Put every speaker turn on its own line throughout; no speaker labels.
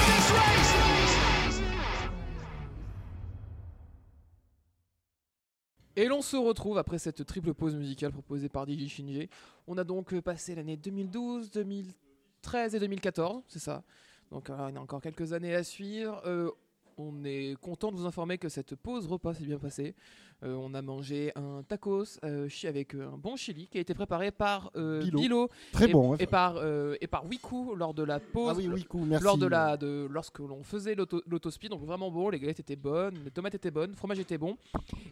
of this race.
Et l'on se retrouve après cette triple pause musicale proposée par DJ Shinji. On a donc euh, passé l'année 2012, 2013 et 2014, c'est ça. Donc euh, il y a encore quelques années à suivre. Euh, on est content de vous informer que cette pause repas s'est bien passée. Euh, on a mangé un tacos euh, chi- avec euh, un bon chili qui a été préparé par euh,
Bilo.
Bilo
Très
et,
bon. hein.
et par euh, et par Wiku lors de la pause
Ah oui, oui, cool, merci.
lors de la de lorsque l'on faisait l'auto- l'autospi donc vraiment bon les galettes étaient bonnes les tomates étaient bonnes le fromage était bon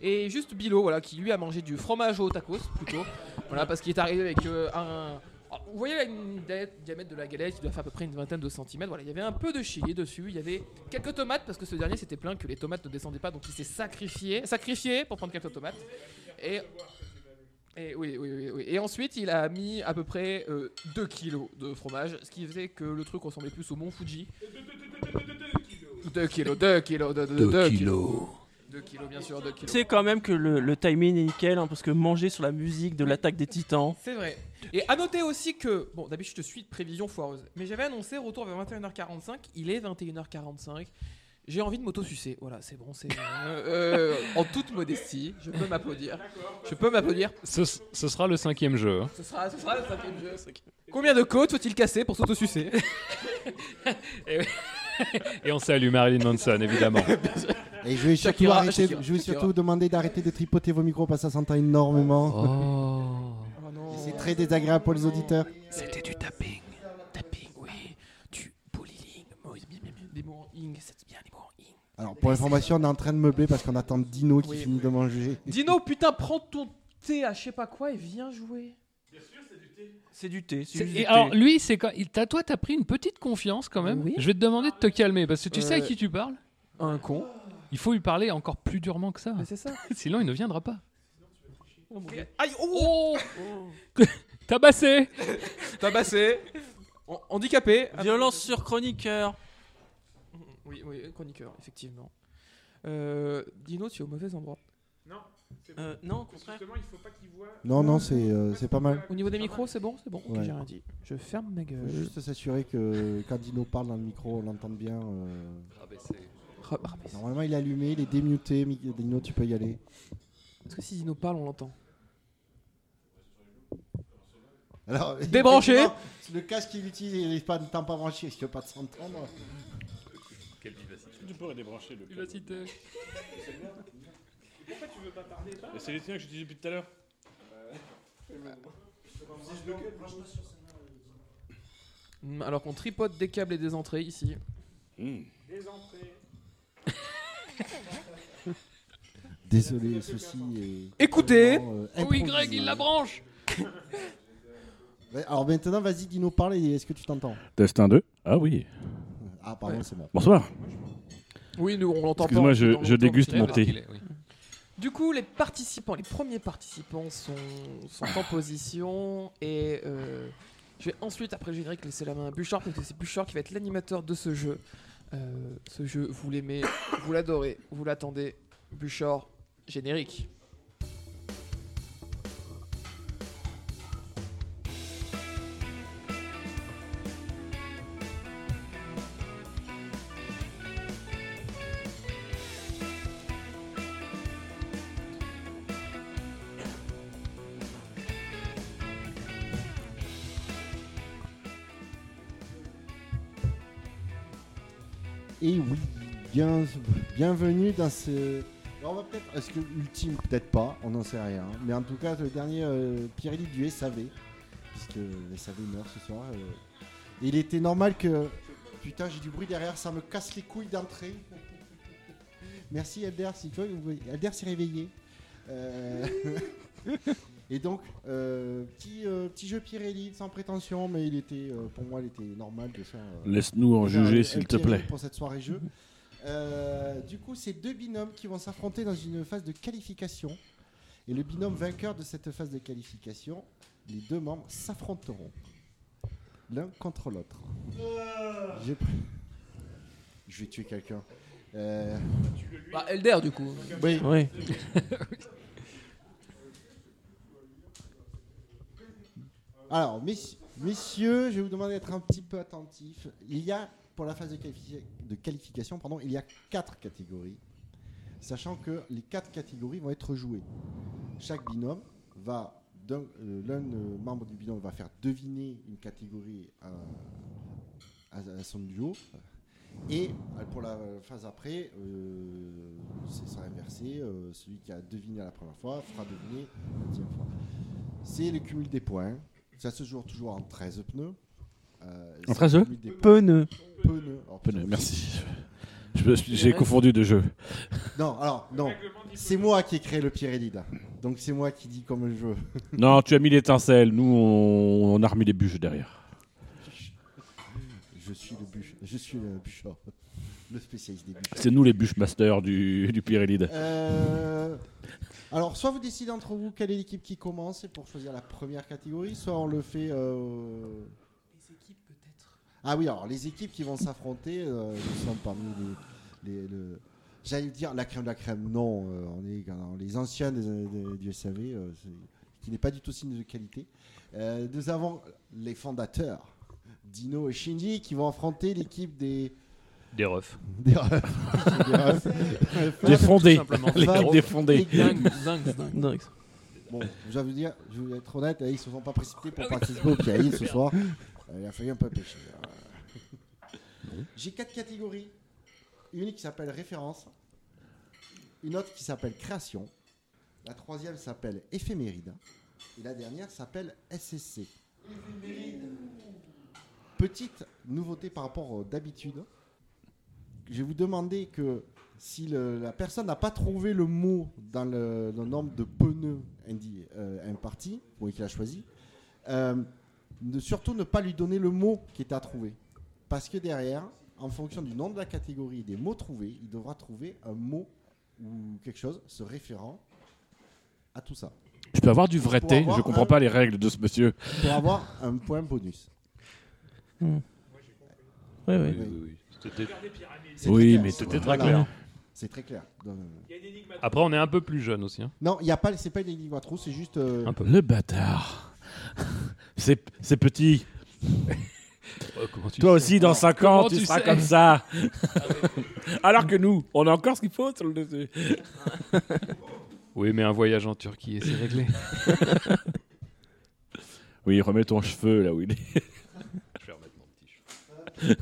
et juste Bilo voilà qui lui a mangé du fromage au tacos plutôt voilà parce qu'il est arrivé avec euh, un alors, vous voyez la une dé- diamètre de la galette qui doit faire à peu près une vingtaine de centimètres. Voilà, il y avait un peu de chili dessus, il y avait quelques tomates parce que ce dernier s'était plaint que les tomates ne descendaient pas, donc il s'est sacrifié, sacrifié pour prendre quelques tomates. Et et oui, oui, oui, oui. Et ensuite, il a mis à peu près euh, 2 kilos de fromage, ce qui faisait que le truc ressemblait plus au Mont Fuji. 2 kilos, 2 kilos, 2 kilos, 2 kilos. 2 kilos, bien sûr, 2
Tu
kilos.
sais quand même que le, le timing est nickel, hein, parce que manger sur la musique de l'attaque des titans.
C'est vrai. Et à noter aussi que, bon, d'habitude, je te suis de prévision foireuse, mais j'avais annoncé retour vers 21h45, il est 21h45. J'ai envie de m'auto-sucer. Voilà, c'est bon, c'est. euh, euh, en toute modestie, je peux m'applaudir. Je peux m'applaudir.
Ce, ce sera le cinquième jeu. hein.
Ce sera, ce sera le cinquième jeu. Combien de côtes faut-il casser pour s'auto-sucer
Et on salue Marilyn Manson, évidemment.
Et je vais surtout,
Shakira,
arrêter-
Shakira,
je vais
Shakira.
surtout demander d'arrêter de tripoter vos micros parce que ça s'entend énormément.
Oh.
Oh non.
C'est très désagréable pour les auditeurs.
C'était du tapping. Tapping, oui. Du polyling. Mo- Des mots en ing, c'est bien les mots en ing.
Alors, pour information, on est en train de meubler parce qu'on attend Dino qui
Oui,
finit de manger.
Dino, putain, prends ton thé à je sais pas quoi et viens jouer.
C'est du thé. c'est
C'est-
juste
et
du
alors
thé.
lui, c'est quand il t'a toi t'as pris une petite confiance quand même.
Oui.
Je vais te demander de te calmer parce que tu sais à
Euh.
qui tu parles.
Un con.
Il faut lui parler encore plus durement que ça.
Ah, Mais c'est ça.
Sinon il ne viendra pas.
Aïe, oh,
Tabassé.
Tabassé. En- bah, Handicapé.
Violence sur chroniqueur.
Oui, oui, chroniqueur, effectivement. Euh, Dino, tu es au mauvais endroit.
Euh, non, au contraire.
Non, non, c'est euh, c'est pas mal.
Au niveau des micros, c'est bon C'est bon Ok,
Ouais.
j'ai rien dit. Je ferme ma
Faut
gueule.
juste s'assurer que quand Dino parle dans le micro, on l'entend bien. euh.
Ra- rabaisse.
Normalement, il est allumé, il est démuté. Mi- Dino, tu peux y aller.
Est-ce que si Dino parle, on l'entend
Alors,
Débranché.
effectivement, Le casque qu'il utilise, il n'arrive pas à ne pas brancher. Est-ce qu'il veut pas de s'entendre
Tu pourrais débrancher le.
Il a cité.
C'est les tiens que j'utilise depuis tout à l'heure.
Hmm, Alors qu'on tripote des câbles et des entrées ici.
Hmm.
Désolé, ceci est.
Écoutez
vraiment, euh,
Oui,
improvisé.
Greg, il la branche.
Ouais, Alors maintenant, vas-y, Dino, parle et est-ce que tu t'entends
Test 1, 2. Ah oui.
Ah, pardon, c'est bon.
Bonsoir.
Oui, nous, on l'entend pas.
Excuse-moi,
on
je-
l'entend,
je
on l'entend,
déguste
mais-
mon thé.
Du coup, les participants, les premiers participants sont, sont en position et euh, je vais ensuite, après le générique, laisser la main à Bouchard parce que c'est Bouchard qui va être l'animateur de ce jeu. Euh, ce jeu, vous l'aimez, vous l'adorez, vous l'attendez. Bouchard, générique.
Et oui, bien, bienvenue dans ce. Alors, on va peut-être. Est-ce que ultime Peut-être pas, on n'en sait rien. Mais en tout cas, le dernier euh, Pirelli du SAV, puisque le SAV meurt ce soir. euh, il était normal que. Putain, j'ai du bruit derrière, ça me casse les couilles d'entrée. Merci Elder, si tu vois, vous- Elder s'est réveillé. Euh, Et donc, euh, petit, euh, petit jeu Pirelli, sans prétention, mais il était, euh, pour moi, il était normal de faire. euh,
Laisse-nous en
faire un-
juger,
un
s'il te
Pirelli
plaît.
Pour cette soirée jeu. Euh, du coup, c'est deux binômes qui vont s'affronter dans une phase de qualification. Et le binôme vainqueur de cette phase de qualification, les deux membres s'affronteront l'un contre l'autre. J'ai pr- Je vais tuer quelqu'un. Euh,
Bah, Elder, du coup.
Oui,
Oui.
Alors, messi- messieurs, je vais vous demander d'être un petit peu attentifs. Il y a, pour la phase de, qualifi- de qualification, pardon, il y a quatre catégories. Sachant que les quatre catégories vont être jouées. Chaque binôme va, d'un- euh, l'un euh, membre du binôme va faire deviner une catégorie à, à- à son duo. Et euh, pour la phase après, euh, ce sera inversé. euh, celui qui a deviné la première fois fera deviner la deuxième fois. C'est le cumul des points. Ça se joue toujours en 13 pneus. Euh, c'est le
13 jeux
cumul des
Pneu.
pneus. Alors,
Pneu, Merci. Je me suis- J'ai confondu deux jeux.
Non, alors, non. C'est moi qui ai créé le Pirelli, là. Donc c'est moi qui dis comme je veux.
Non, tu as mis l'étincelle. Nous, on, on a remis les bûches derrière.
Je suis le bûche, je suis le bûcheur, le spécialiste des bûches.
C'est nous les bûches masters du, du Pirelli.
Euh, alors, soit vous décidez entre vous quelle est l'équipe qui commence et pour choisir la première catégorie, soit on le fait. euh,
Les équipes, peut-être.
Ah oui, alors les équipes qui vont s'affronter, euh, nous sommes parmi les. les- le- J'allais dire la crème de la crème, non, euh, on est dans les anciens des, des- du SAV, euh, c'est- qui n'est pas du tout signe de qualité. Euh, nous avons les fondateurs, Dino et Shinji, qui vont affronter l'équipe des.
Des refs.
des refs.
Défondé.
simplement.
L'équipe défondée.
Zinc, zinc, zinc.
Donc,
Bon, je vais, vous dire, je vais être honnête, eh, ils se sont pas précipités pour participer au Pirelli ce soir. Euh, Il a fallu un peu pêcher. Euh, J'ai quatre catégories. Une qui s'appelle référence, une autre qui s'appelle création, la troisième s'appelle éphéméride et la dernière s'appelle SSC. Petite nouveauté par rapport euh, d'habitude. Je vais vous demander que si le- la personne n'a pas trouvé le mot dans le, le nombre de pneus indi, euh, imparti, ou qu'il a choisi, euh, ne, surtout ne pas lui donner le mot qui était à trouver. Parce que derrière, en fonction du nom de la catégorie et des mots trouvés, il devra trouver un mot ou quelque chose se référant à tout ça.
Je peux avoir du vrai
Pour
thé
avoir
Je comprends
un-
pas les règles de ce monsieur.
Pour avoir un point bonus.
oui, oui.
C'est
Oui,
très
mais
clair.
c'était
très
Voilà.
clair.
C'est très clair. Donc, euh,
Après, on est un peu plus jeune aussi. hein.
Non, il y a pas, c'est pas une énigme à trous, c'est juste. euh,
Un peu.
Le bâtard. C'est c'est petit.
Oh, comment tu
Toi aussi, dans 5 ans,
Comment
tu,
tu
seras
sais
comme ça. Alors que nous, on a encore ce qu'il faut sur le dessus.
Oui, mais un voyage en Turquie, et c'est réglé.
Oui, remets ton cheveu là où il est.
Je vais remettre mon petit cheveu.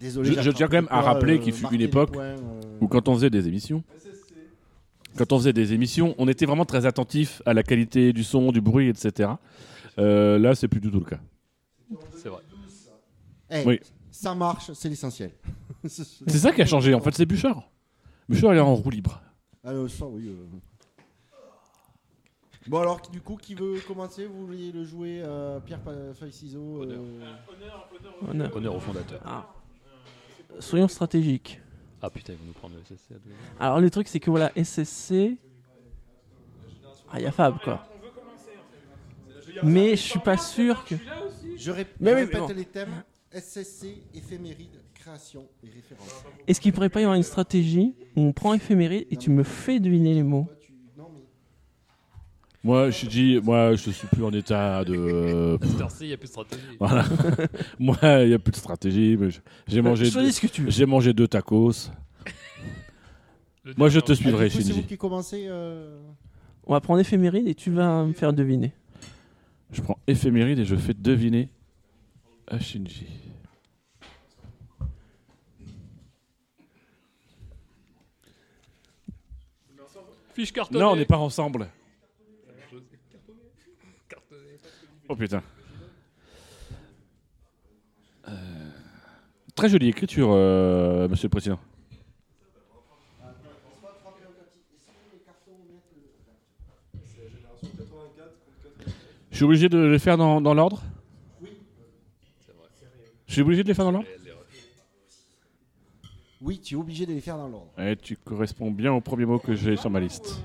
Désolé.
Je-
j'ai
je tiens quand même à
attrapé
rappeler
le
qu'il fut
marquer
une
les
époque
points, euh,
Ou quand on faisait des émissions. Quand on faisait des émissions, on était vraiment très attentif à la qualité du son, du bruit, etc. Euh, là, c'est plus du tout le cas.
C'est vrai.
Eh,
Oui.
Ça marche, c'est l'essentiel.
C'est ça qui a changé. En fait, c'est Bouchard. Bouchard, il est en roue libre.
Ah, euh, ça, oui. euh. Bon, alors, qui- du coup, qui veut commencer Vous voulez le jouer euh, Pierre pa- Feuille Ciseaux euh,
On a-
Honneur au fondateur.
Ah. Soyons stratégiques.
Ah putain, ils vont nous prendre le SSC. à deux.
Alors le truc c'est que voilà, SSC... Ah, il y a Fab quoi. Mais je suis pas sûr que...
Je rép- je
Mais oui, mais
répète
bon.
les thèmes SSC, éphéméride, création et référence.
Est-ce qu'il pourrait pas y avoir une stratégie où on prend éphéméride et tu me fais deviner les mots
Toi, tu. Non, mais.
Moi, je dis, moi, je suis plus en état de.
À cette heure-ci, il n'y a plus de stratégie.
Voilà. Moi, il n'y a plus de stratégie. mais je- J'ai mangé, deux-
Euh, Choisis ce que tu veux.
j'ai mangé deux tacos. Moi, je te
Ah, du
suivrai,
coup, C'est vous
Shinji.
qui commencez. euh,
On va prendre éphéméride et tu vas me faire deviner.
Je prends éphéméride et je fais deviner à Shinji.
Fiche cartonnée.
Non, on n'est pas ensemble. Oh putain. Euh, Très jolie écriture, euh, monsieur le président. Je suis obligé de les faire dans, dans l'ordre Je suis obligé de les faire dans l'ordre
Oui, tu es obligé de les faire dans l'ordre.
Eh, tu corresponds bien au premier mot que j'ai sur ma liste.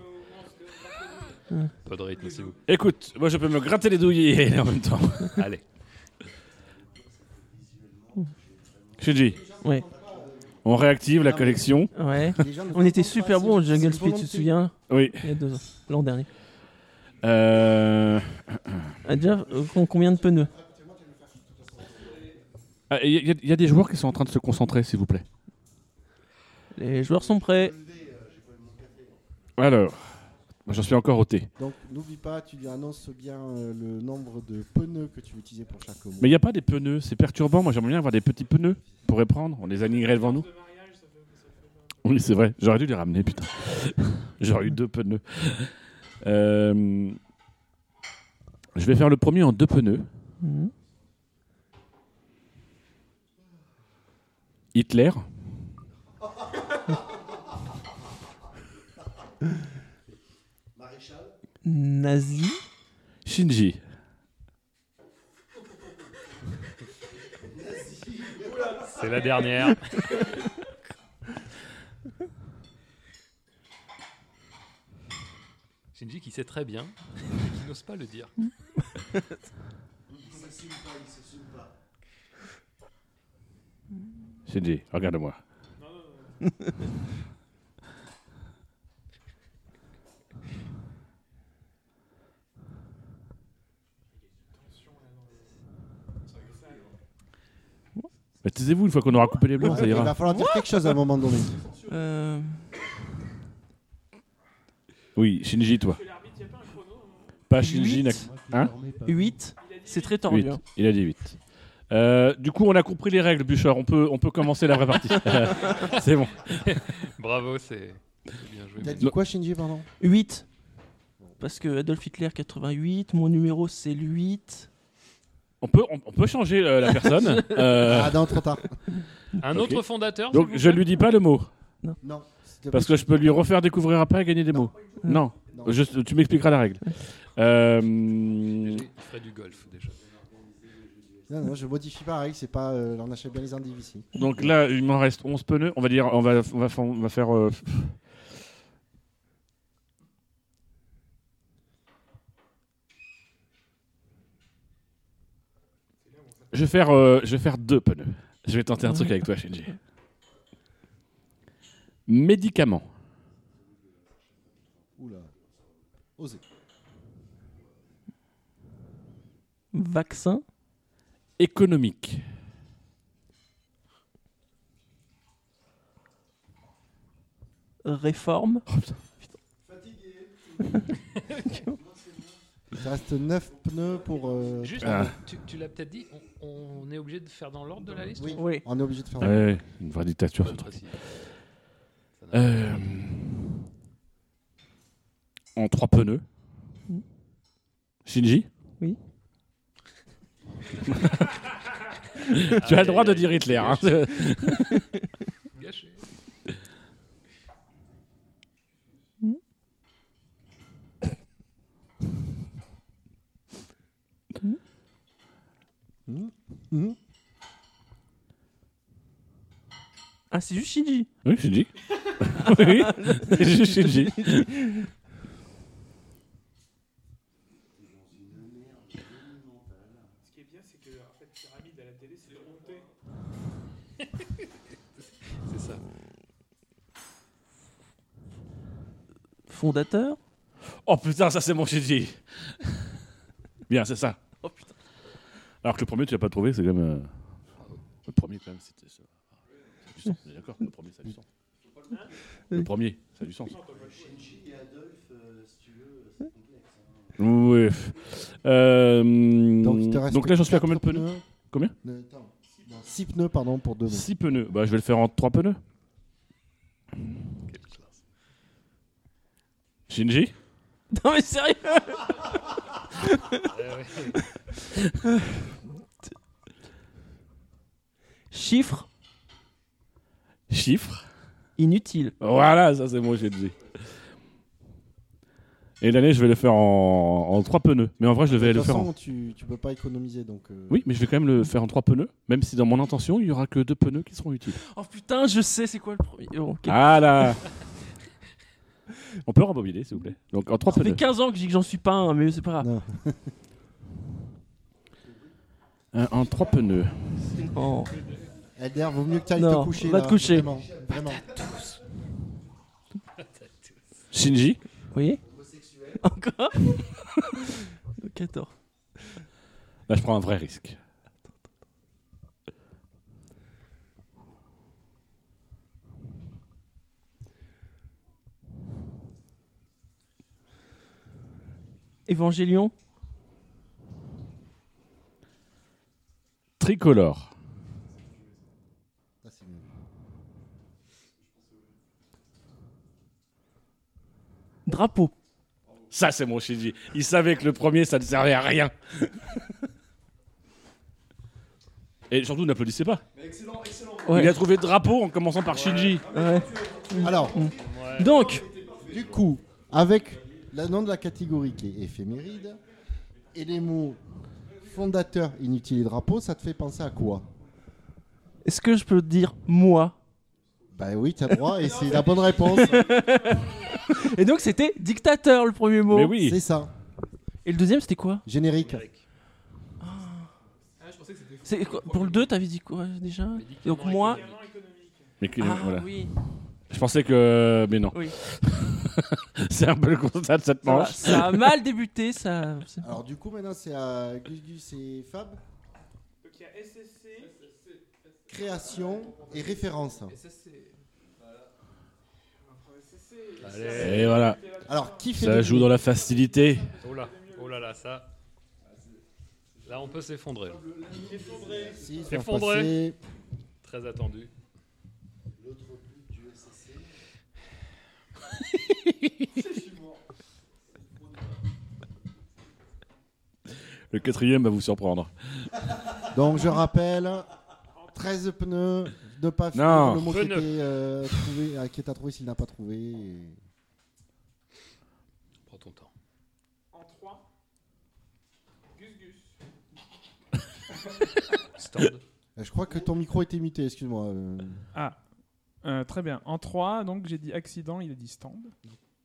Pas de rythme, c'est vous.
Écoute, moi je peux me gratter les douilles et aller en même temps.
Allez.
Shinji,
Ouais.
on réactive la collection.
Ouais.
Les gens ne
On
comprennent pas,
était super
c'est-
bon au
c'est
Jungle
une
Speed, tu te
volonté.
souviens
Oui.
Il y a deux ans, l'an dernier.
Euh,
Ah, déjà, euh, com- combien de pneus
ah, Il y, a- il y a des joueurs qui sont en train de se concentrer, s'il vous plaît.
Les joueurs sont prêts.
Alors, moi, j'en suis encore au thé.
Donc n'oublie pas, tu lui annonces bien euh, le nombre de pneus que tu veux utiliser pour chaque mot.
Mais il n'y a pas des pneus, c'est perturbant. Moi, j'aimerais bien avoir des petits pneus pour reprendre. On les alignerait devant nous. Oui, c'est vrai. J'aurais dû les ramener, putain. J'aurais eu deux pneus. Euh, Je vais faire le premier en deux pneus.
Mhm.
Hitler.
Nazi.
Shinji.
C'est la dernière. Shinji qui sait très bien, mais qui n'ose pas le dire.
Shinji, regarde-moi. Bah, Taisez-vous, une fois qu'on aura coupé les blancs, ça
Ouais, il
ira.
va falloir dire quelque chose à un moment donné.
Euh,
Oui, Shinji, toi. Pas Shinji, Nak- hein
8. C'est très tordu.
Huit.
hein.
Il a dit 8. du coup, on a compris les règles, Bouchard. On peut, on peut commencer la vraie partie. C'est bon.
Bravo, c'est c'est bien joué.
T'as dit
Non.
quoi Shinji pardon
8. Parce que Adolf Hitler 88, mon numéro c'est le 8.
On peut, on, on peut changer euh, la personne. Euh,
Ah non, trop tard.
Un
Ok.
autre fondateur
donc,
s'il vous
je
plaît
lui dis pas le mot.
Non. c'était
Parce que je peux lui refaire découvrir après et gagner des mots. Non.
Non.
Juste, tu m'expliqueras la règle. Euh,
Il ferait du golf déjà.
Non, non, je modifie pareil, c'est pas. euh, on achète bien les indices ici.
donc là, il m'en reste 11 pneus. On va dire, on va, on va, fa- on va faire. euh, Je vais faire, euh, je vais faire deux pneus. Je vais tenter un truc avec toi, Shinji. Médicament.
Oula. Osez.
Vaccin.
Économique.
Réforme.
Il te reste 9 pneus pour. euh,
Juste,
Ah.
tu, tu l'as peut-être dit, on, on est obligé de faire dans l'ordre de la liste
Oui.
Oui.
On est obligé de faire.
Ouais, une vraie dictature, ce
Pas
truc.
précis. Ça n'a-
Euh, en trois pneus.
Mm.
Shinji
Oui.
Tu as le
Aïe,
droit
aïe,
de
aïe.
dire Hitler. hein.
Gâché.
Mhm.
Ah, c'est juste Shinji.
Oui, Shinji. oui, c'est juste Shinji.
Ce qui est bien, c'est que en fait, pyramide à la télé, c'est honté.
C'est ça.
Fondateur.
Oh putain, ça c'est mon Shinji. Bien, c'est ça.
Oh putain.
Alors que le premier, tu l'as pas trouvé, c'est quand même. euh, Le premier, quand même, c'était ça. Ça a du sens, on est D'accord, le premier, ça a du sens. Le premier, ça a du sens. Oui. Euh,
Donc, il te reste
donc là, j'en suis à
quatre
combien de pneus Combien
Euh, attends. 6 pneus, pardon, pour 2 mots.
6 pneus. Bah, je vais le faire en 3 pneus.
Quelle classe.
Shinji
Non mais sérieux
Ah ouais.
Chiffre
Chiffre.
inutile.
Voilà, ça c'est mon Shinji. Et l'année, je vais le faire en, en trois pneus. Mais en vrai, je vais
De
le
toute
faire en.
façon, tu, tu peux pas économiser donc. euh,
Oui, mais je vais quand même le faire en trois pneus, même si dans mon intention, il y aura que deux pneus qui seront utiles.
Oh putain, je sais c'est quoi le premier. Oh, ok.
Ah là On peut rembobiner, s'il vous plaît. Donc en trois
Ça fait
pneus.
15 ans que je dis que j'en suis pas un, mais c'est pas grave.
Non.
Un- en trois pneus.
Oh.
Elder, vaut mieux que tu ailles
Non,
te coucher.
va
là,
te coucher.
Vraiment. vraiment.
Shinji
Oui Encore 14.
Là, je prends un vrai risque.
Évangélion
Tricolore.
Ça, c'est mieux.
Drapeau.
Ça, c'est mon Shinji. Il savait que le premier, ça ne servait à rien. Et surtout, n'applaudissez pas.
Ouais.
Il a trouvé drapeau en commençant par Shinji.
Ouais.
Alors,
Donc,
du coup, avec le nom de la catégorie qui est éphéméride et les mots fondateur, inutile et drapeau, ça te fait penser à quoi
est-ce que je peux dire moi
Bah oui, t'as le droit et c'est la bonne réponse.
Et donc c'était dictateur le premier mot.
Mais oui.
C'est ça,
Et le deuxième c'était quoi
générique.
C'est quoi- Pour le 2, t'avais dit quoi déjà Donc moi.
Mais qu'il-
Ah
voilà.
oui.
Je pensais que. Mais non.
Oui.
c'est un peu le constat de cette
Ça,
manche.
ça a mal débuté, ça. c'est-
Alors du coup, maintenant, c'est à Gus Gus et Fab.
Donc il y a SSC.
Création et référence.
Et voilà.
Alors, qui fait
Ça
les-
joue dans la facilité.
Oh là, oh là là, ça. Là, on peut s'effondrer. là.
Si, faire
Effondré.
passer.
Très attendu.
Le quatrième va vous surprendre.
Donc je rappelle, 13 pneus, ne pas finir
Non.
le mot qui,
Pneus.
était, euh, trouvé, euh, qui est à trouver s'il n'a pas trouvé. et-
Prends ton temps.
En 3. Gus Gus.
Stand.
Euh, Je crois que ton micro était muté, excuse-moi. euh.
Ah. Euh, très bien. En 3, donc j'ai dit accident, il a dit stand.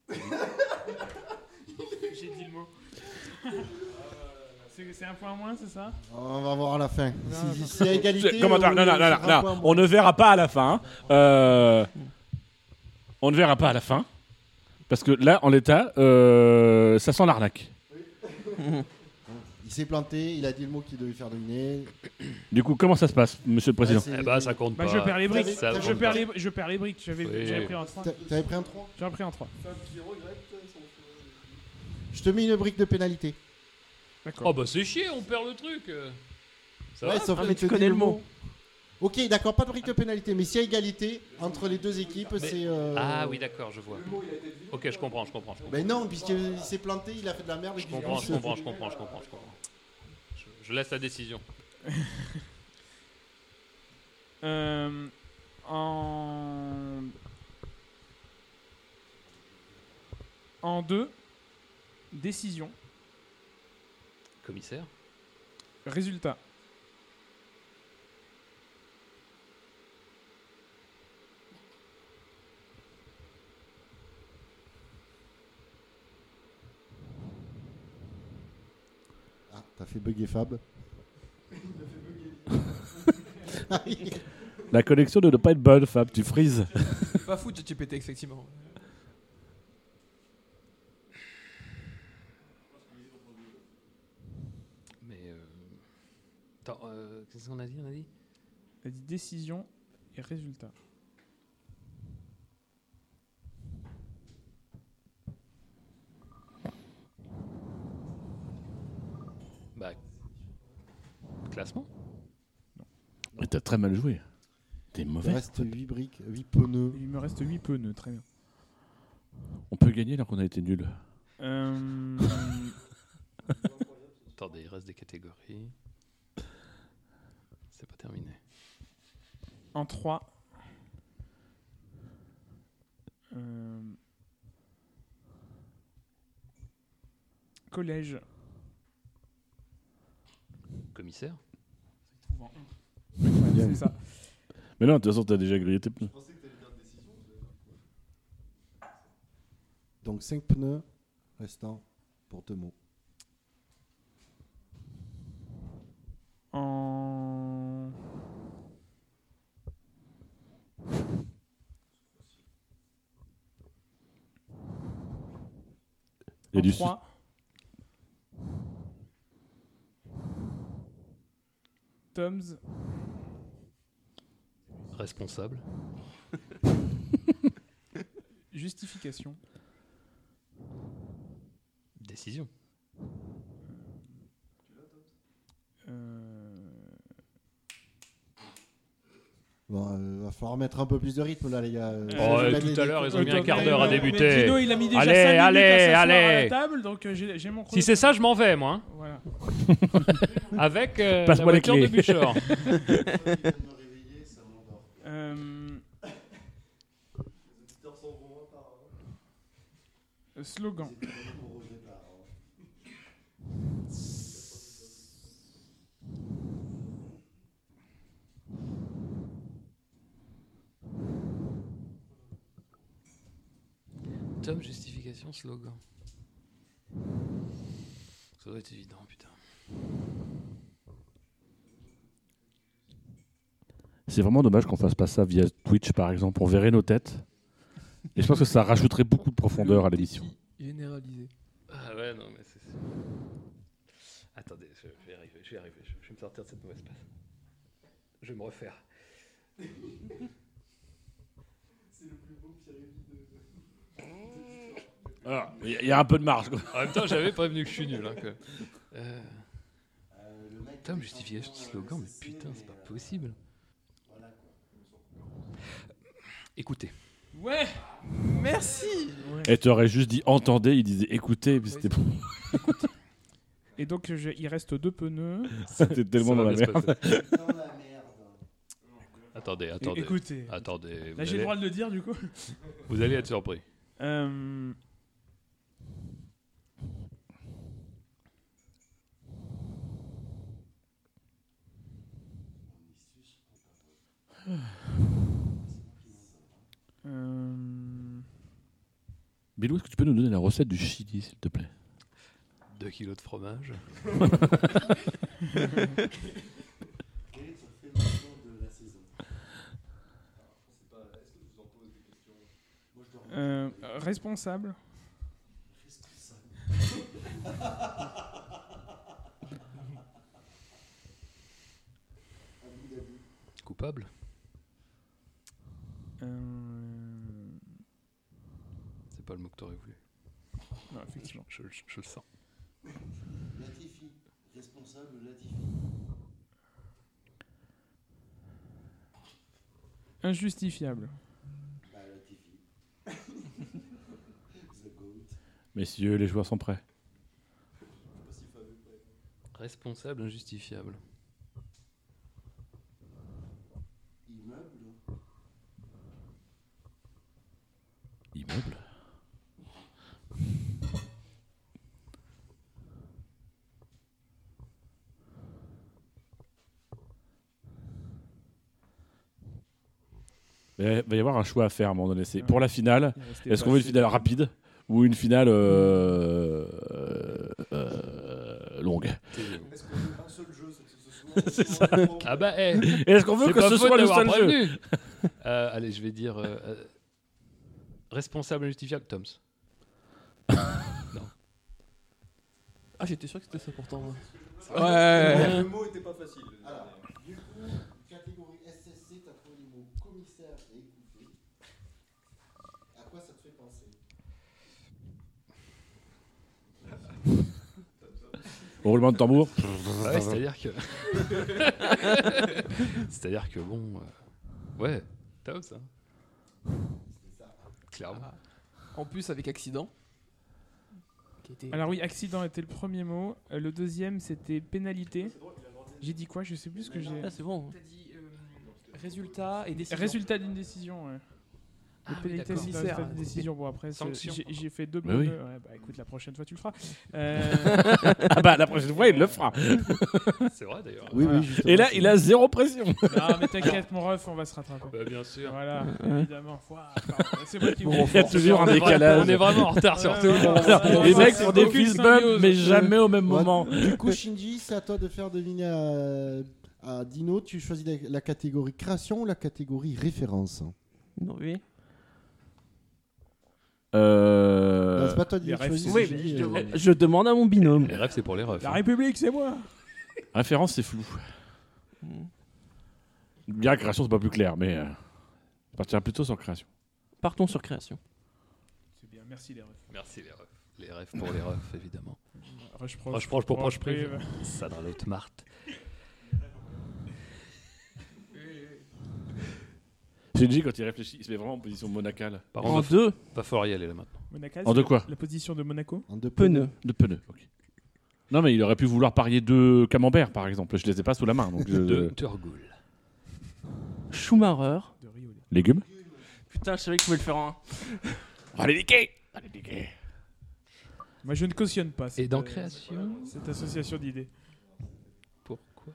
j'ai dit le mot. c'est c'est un point moins, c'est ça
On va voir à la fin.
non,
Si- S'il y a égalité.
Comment
on-
non, non, non,
on
non,
fera un
non.
point.
On ne verra pas à la fin. hein. Euh, on ne verra pas à la fin. Parce que là, en l'état, euh, ça sent l'arnaque.
Il s'est planté, il a dit le mot qu'il devait faire deviner.
Du coup, comment ça se passe, monsieur le président
Ouais, c'est-
Eh bah, ça compte
Bah,
pas.
je perds les briques.
Ça
je,
compte
perds
pas.
les, je perds les briques. J'avais
Oui.
j'avais pris en 3.
T'a- T'avais pris un 3
J'avais pris en 3.
Je te mets une brique de pénalité.
Oh bah, c'est chier, on perd le truc. euh. Ça
Ouais,
va
sauf
Ah,
que
mais
je
tu
te
connais
dis
le mot.
Ok, d'accord, pas de brique de pénalité, mais s'il y a égalité entre les deux équipes, c'est. euh,
Ah oui, d'accord, je vois. Ok, je comprends, je comprends, je comprends.
Mais non, puisqu'il s'est planté, il a fait de la merde. et
Je
qu'il
comprends,
se-
je comprends, je comprends, je comprends, je comprends. Je- Je laisse la décision.
Euh, en. En 2, décision,
Commissaire
résultat.
Ah, t'as fait bugger Fab.
La connexion ne doit pas être bonne, Fab. Tu frises.
Pas fou de GPT, effectivement.
Mais. euh, Attends, euh, qu'est-ce qu'on a dit On a dit
Elle dit décision et résultat.
Bah. Classement
Mais t'as très mal joué. T'es
Il
mauvais.
reste 8 briques, 8 pneus.
Il me reste 8 pneus, très bien.
On peut gagner alors qu'on a été nul.
Euh,
Attendez, il reste des catégories. C'est pas terminé.
en 3. Euh, collège
Commissaire
C'est ça.
Mais non, de toute façon, t'as déjà grillé tes pneus.
Donc 5 pneus restants pour deux mots.
En.
Il y a
en
du
trois. Tom's.
Responsable
Justification.
Décision
Euh,
Bon, euh, va falloir mettre un peu plus de rythme là, les gars. Euh,
Oh,
j'ai
euh,
pas
tout
des-
à
des-
l'heure, Ah, ils ont
des-
mis un
des-
quart
mais-
d'heure à
mais
débuter.
Dino, il a mis déjà
Allez,
cinq minutes
allez,
à s'asseoir à
allez.
la table, donc euh, j'ai j'ai mon chrono.
Si c'est ça, je m'en vais, moi. hein.
Voilà.
Avec euh, la
Passe-moi les
voiture
clés.
de Buchor.
Euh, euh, Slogan.
Tom, justification, slogan. Ça doit être évident, putain.
C'est vraiment dommage qu'on fasse pas ça via Twitch, par exemple. On verrait nos têtes. Et je pense que ça rajouterait beaucoup de profondeur à l'émission.
Généralisé.
Ah ouais, non, mais c'est. Attendez, je vais y arriver, je vais y arriver. Je vais me sortir de cette mauvaise passe. Je vais me refaire.
Alors, il y a- il y a un peu de marge. quoi.
En même temps, j'avais prévenu que je suis nul. Hein, quoi. Euh... Tom, justification, slogan, mais putain, c'est pas possible. Écoutez.
Ouais
Merci
Et tu aurais juste dit entendez, il disait écoutez, et puis c'était
Et donc, je- il reste deux pneus.
c'était tellement
ça
dans
va
la
bien se
merde.
passer. Attendez, attendez.
Écoutez.
Attendez, vous
Là, j'ai le
allez,
droit de le dire, du coup.
vous allez être surpris.
Euh, euh,
Bilou, est-ce que tu peux nous donner la recette du chili, s'il te plaît
2 kilos de fromage.
euh, responsable.
Coupable
Euh,
C'est pas le mot que t'aurais voulu.
non, effectivement.
Je, je- je le sens.
Latifi, responsable Latifi.
Injustifiable.
Bah, Latifi. The GOAT.
Messieurs, les joueurs sont prêts.
Responsable injustifiable.
Immeuble.
Immeuble Il va y avoir un choix à faire à un moment donné. C'est pour la finale.
Il restait
Est-ce
pas
qu'on veut une
assez-
finale rapide ou une finale euh, euh, euh, longue
Est-ce qu'on veut un seul jeu, c'est que ce soit. C'est ça.
Ah bah, eh
Est-ce qu'on
C'est
veut que
pas
ce
faute
soit le
d'avoir
seul jeu
prévenu. Euh, allez, je vais dire. euh, euh, responsable injustifiable, Tom's.
Ah, j'étais sûr que c'était ça pourtant. moi.
Le
Ouais
mot était pas facile.
Alors, du coup, catégorie SSC, t'as trouvé les mots commissaire et écouté. À quoi ça te fait penser
Au roulement de tambour
Ah ouais, c'est-à-dire que. c'est-à-dire que bon. euh, Ouais, Tom's. Hein. Clairement.
En plus, avec accident. Qui était-
Alors oui, accident était le premier mot. Euh, Le deuxième, c'était pénalité. J'ai dit quoi Je sais plus ce que j'ai.
Ah, c'est bon.
T'as dit euh, résultat et décision.
Résultat d'une décision. ouais.
Ah oui,
pénalité,
d'accord.
c'est pas un
Commissaire,
stade de
hein.
décision. Bon, après, c'est-
Sanction.
j'ai j'ai fait deux
Mais oui.
pneus. Ouais, bah écoute, la prochaine fois, tu le feras. Euh,
Ah bah la prochaine fois, il le fera.
C'est vrai d'ailleurs.
Oui,
Voilà.
oui, justement.
Et là, il a zéro pression.
non, mais t'inquiète, mon ref, on va se rattraper.
Bah, bien sûr.
Voilà, évidemment. Ouah, pardon, C'est moi qui vous
Il y a toujours un décalage.
On est vraiment en retard sur
Ouais,
tout.
ouais, ouais,
Les
ouais,
mecs
c'est
font des
aucune
fist bumps,
symbiose.
mais jamais au même
Ouais,
moment.
Du coup, Shinji, c'est à toi de faire deviner à, à Dino. Tu choisis la, la catégorie création ou la catégorie référence
Non, oui.
Non,
Euh...
C'est pas toi, Dino.
les
tu choisis,
refs,
c'est
oui,
Shinji,
mais
euh,
Je demande à mon binôme.
Les rêves, hein. c'est pour les refs.
La République, c'est moi
Référence, c'est flou.
Mm.
Bien, création, c'est pas plus clair, mais. euh, Je partirais plutôt sur création.
Partons sur création.
C'est bien, merci les refs.
Merci les refs. Les refs pour les refs, évidemment.
Rush Pro.
Proche, proche, pour proche,
Proche prive.
prive. Ça dans l'autre Marthe.
Shinji, quand il réfléchit, il se met vraiment en position monacale.
Par
En
contre,
deux,
pas fort y aller là maintenant.
Monaco,
En de quoi
La position de Monaco
en deux
pneus.
De pneus, ok. Non, mais il aurait pu vouloir parier deux camemberts, par exemple. Je les ai pas sous la main, donc je...
De Turgoul.
Schumacher.
de Rio. là.
Légumes
Putain, je savais que je pouvais le faire en un.
Allez, niquer Allez, niquer
Moi, je ne cautionne pas cette,
Et dans
euh,
création
cette association d'idées.
Pourquoi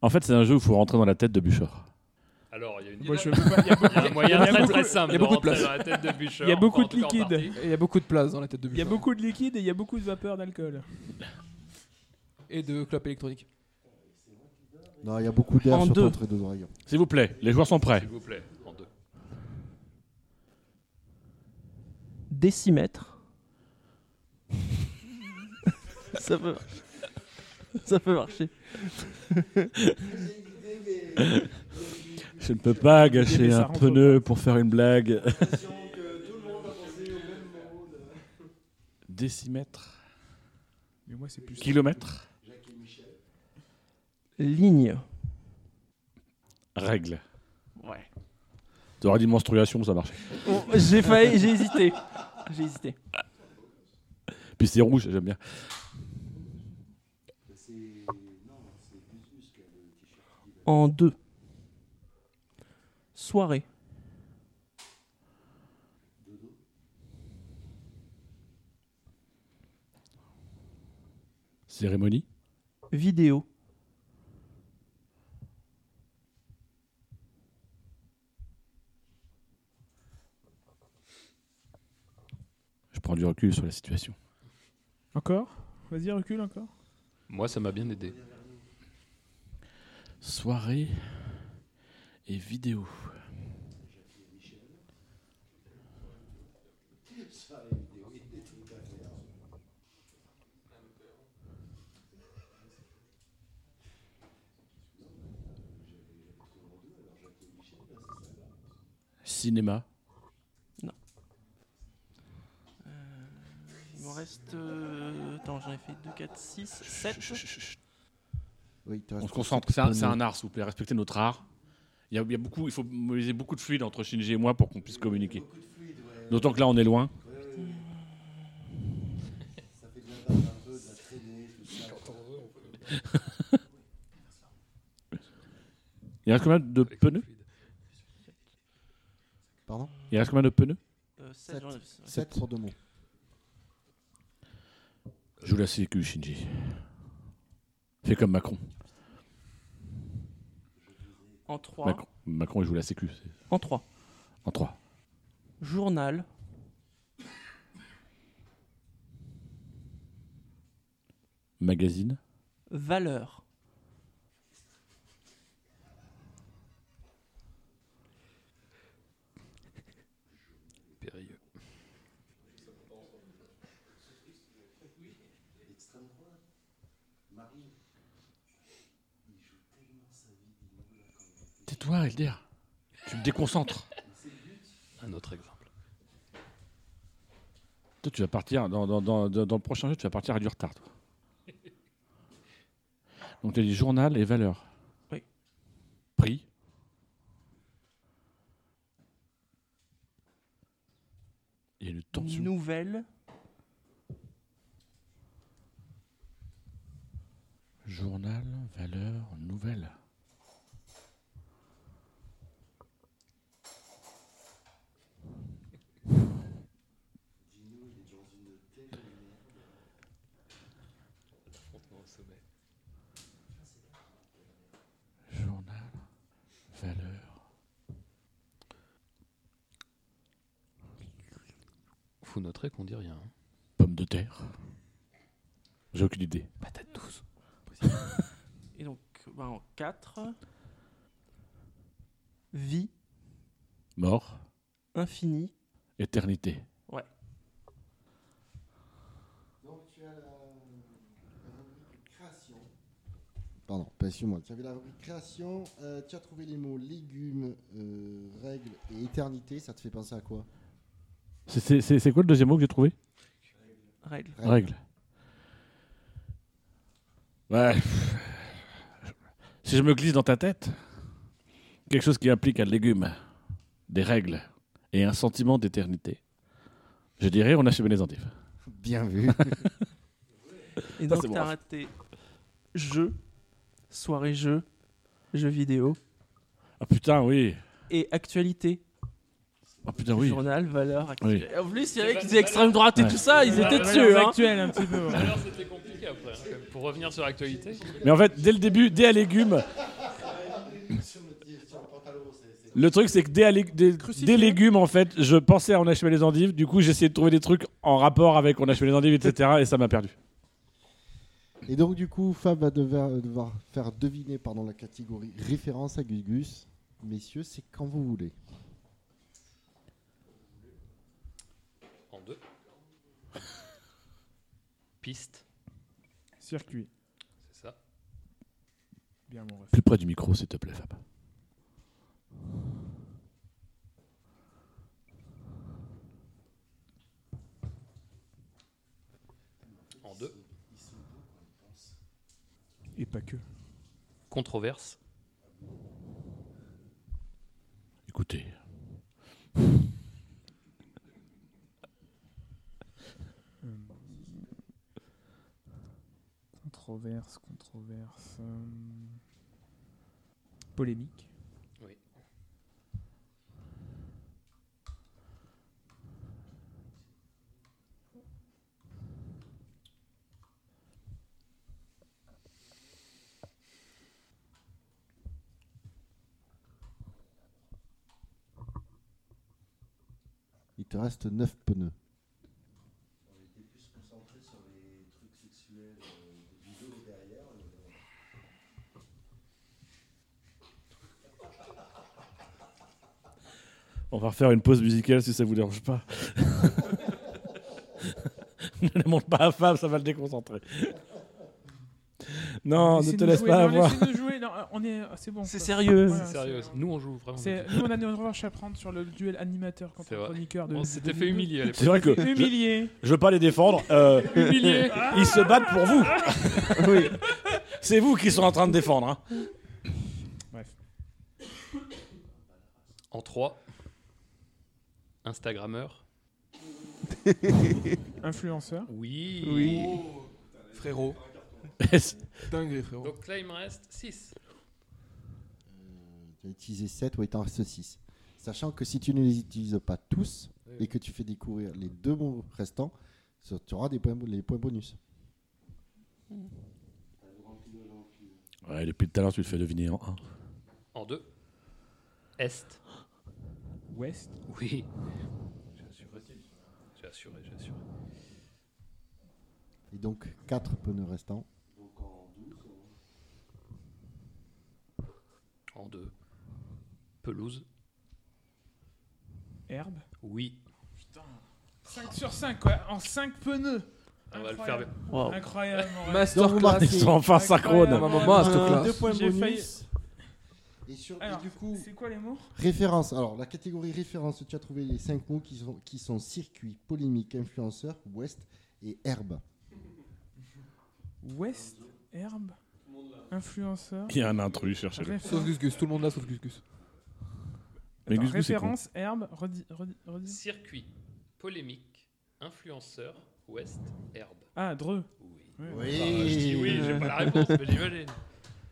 En fait, c'est un jeu où il faut rentrer dans la tête de Bûcheur.
Alors, il y a une
Moi, je
idée.
veux pas- il y a beaucoup-
Il y a un moyen
il y a
très
beaucoup-
très simple
il y a
de
beaucoup de
rentrer
place.
dans la tête de Bûcher.
Il y a beaucoup
Enfin, en
de
tout cas, en
liquide.
partie.
Et Il y a beaucoup de place dans la tête de
Il y a
Buffa.
beaucoup de liquide et il y a beaucoup de vapeur d'alcool.
Et de clopes électroniques.
Non, il y a beaucoup d'air
En
sur
deux.
ton trait de dragon.
S'il vous plaît, les joueurs sont prêts.
S'il vous plaît, en deux.
décimètre. ça peut marcher. Ça peut marcher.
Je ne peux pas
Mais
gâcher
ça
un
rentre
pneu pour faire une blague. Décimètre.
Mais moi, c'est plus.
Kilomètre.
Ligne.
Règle. Ouais. Tu aurais dit menstruation, ça marche.
Bon, Oh, j'ai failli, j'ai hésité. J'ai hésité.
Puis c'est rouge, j'aime bien.
En deux. Soirée.
Cérémonie.
Vidéo.
Je prends du recul sur la situation.
Encore Vas-y, recule encore.
Moi, ça m'a bien aidé.
Soirée et vidéo. Cinéma.
Il m'en reste. euh, Attends, j'en ai fait 2, 4, 6,
Chut, chut, chut, chut.
Oui, il te
On
reste
se concentre. C'est un, c'est un art, s'il vous plaît. Respectez notre art. Il y a, il y a beaucoup, il faut mobiliser beaucoup de fluide entre Shinji et moi pour qu'on puisse communiquer. D'autant que là, on est loin.
Ça fait de la barbe un peu, de la traînée, tout ça.
Il reste combien de
Avec le
pneus
fluide.
Pardon
Il reste combien de pneus
7.
7 pour deux mots.
Joue la sécu, Shinji. Fais comme Macron.
En 3.
Macron, Macron, il joue la sécu. c'est-
En 3.
En 3.
Journal.
Magazine.
Valeur.
Périlleux.
Tais-toi, Elder. Tu me déconcentres.
Un autre exemple.
Toi, tu vas partir, dans, dans, dans, dans- dans le prochain jeu, tu vas partir à du retard. Toi. Donc, tu as dit journal et valeur.
Oui.
Prix. Il y a une tension.
Nouvelle.
Journal, valeur, nouvelle.
L'affrontement au sommet.
Journal, valeur.
Vous noterez qu'on dit rien. hein.
Pomme de terre. J'ai aucune idée.
Patate douce.
Et donc, bah, en 4. Vie
Mort,
infinie.
éternité.
Donc tu as
euh,
la, la rubrique création.
Pardon, pas sur moi. Tu avais la rubrique création. euh, tu as trouvé les mots légumes, euh, règles et éternité. Ça te fait penser à quoi
C'est- C'est c'est- c'est quoi le deuxième mot que j'ai trouvé
Règle.
Règle.
Règle. Ouais. Si je me glisse dans ta tête, quelque chose qui implique un légume, des règles et un sentiment d'éternité, je dirais on a chez Bénézentif.
Bien vu.
Et donc,
c'est bon.
t'as raté jeu, soirée jeu, jeu vidéo
Ah putain, oui.
et actualité.
Ah putain, oui.
Journal, valeur,
Oui.
actualité. En plus, il y avait qui disaient extrême droite et
Ouais.
tout ça, ils étaient
Valeurs
dessus. Hein.
actuelles, un petit peu. ouais.
Alors c'était compliqué après. hein. Pour revenir sur l'actualité,
Mais en fait, dès le début, dès à légumes,
Sur le, t- sur le pantalon, c'est c'est-
le truc c'est que dès, à lég- dès- dès légumes, en fait, je pensais à on a chez les endives, du coup j'essayais de trouver des trucs en rapport avec on a chez les endives, etc. Et ça m'a perdu.
Et donc, du coup, Fab va devoir, euh, devoir faire deviner pardon, la catégorie référence à Gus Gus. Messieurs, c'est quand vous voulez.
en deux. Piste,
Circuit.
c'est ça.
Bien, mon ref.
Plus près du micro, s'il te plaît, Fab.
En deux.
Et pas que.
Controverse,
Écoutez.
Hum. Controverse, controverse. hum. Polémique.
Il te reste 9 pneus.
On était plus concentré sur les trucs sexuels euh, de vidéo derrière. euh,
On va refaire une pause musicale si ça vous dérange pas. ne les montre pas à Fab, ça va le déconcentrer. Non, ne te
Laissez-nous
laisse
jouer,
pas
non,
avoir.
laissez-nous jouer, non, euh, on est, c'est bon.
C'est
quoi.
sérieux.
Ah,
Voilà,
c'est sérieux. Nous on joue vraiment.
C'est, nous, on a une revanche à prendre sur le duel animateur contre
C'est
le
vrai.
chroniqueur. De,
On
de
s'était
2002.
fait humilier à l'époque.
C'est vrai que je,
Humilié.
je veux pas les défendre. euh,
Humilié
ils se battent pour vous. C'est vous qui sont en train de défendre. hein.
En trois. Instagrammeur.
Influenceur.
Oui.
Frérot.
Est-ce-
Dingue, frérot.
Donc là il me reste 6.
Tu as utilisé 7 ou il t'en reste 6. Sachant que si tu ne les utilises pas tous
Oui.
et que tu fais découvrir les deux mots restants, ça- tu auras des points, bo- les points bonus.
Ouais, depuis tout à l'heure, tu le fais deviner en un.
En deux. Est.
West.
Oui. J'ai assuré. J'ai assuré, j'ai assuré.
Et donc 4 pneus restants.
Donc en 12,
En deux. Pelouse.
Herbe.
Oui.
5 sur 5, quoi. En 5 pneus.
On va le faire bien.
Waouh.
Incroyable. mon ref.
Masterclass.
Ils sont enfin
Ah, Incroyable.
synchrone.
Un moment, à cette
Euh,
classe.
deux points
J'ai
bonus.
failli-
Et, sur, et
Alors,
du coup,
c'est quoi les mots
référence. Alors, la catégorie référence, tu as trouvé les 5 mots qui sont, qui sont circuit, polémique, influenceur, ouest et herbe.
West. Herbe. Influenceur.
Il y a un intrus, cherchez-le.
référence-
Sauf Gus Gus, tout le monde là sauf Gus Gus.
Mais
Attends,
Gus Gus, c'est con.
référence, herbe, redis, redis, redis.
Circuit. Polémique. Influenceur. Ouest. Herbe.
Ah, dreux.
Oui. Enfin, je dis oui, j'ai pas la réponse, mais j'imagine.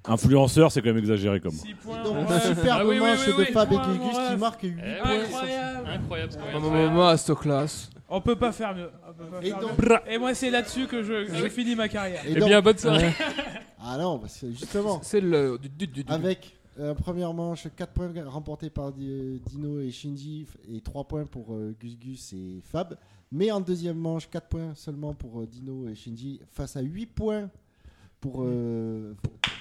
Influenceur, c'est quand même exagéré comme.
6 points.
Donc,
bref.
super
Ah oui, oui,
dommage
oui, oui,
de Fab et
point,
Gugus
bref.
qui marque 8
Eh
points.
ouais, Incroyable, c'est quand même
Maman,
incroyable.
maman, à classe.
On peut pas faire mieux. On peut pas
Et
faire
donc-
mieux. Et moi, c'est là-dessus que je, que je finis ma carrière.
Et
Eh
donc-
bien, bonne soirée.
Ah non, parce que justement,
C'est le. du- du- du- du-
avec euh, première manche, 4 points remportés par Di- Dino et Shinji f- et 3 points pour euh, Gus Gus et Fab. Mais en deuxième manche, 4 points seulement pour euh, Dino et Shinji face à 8 points pour euh,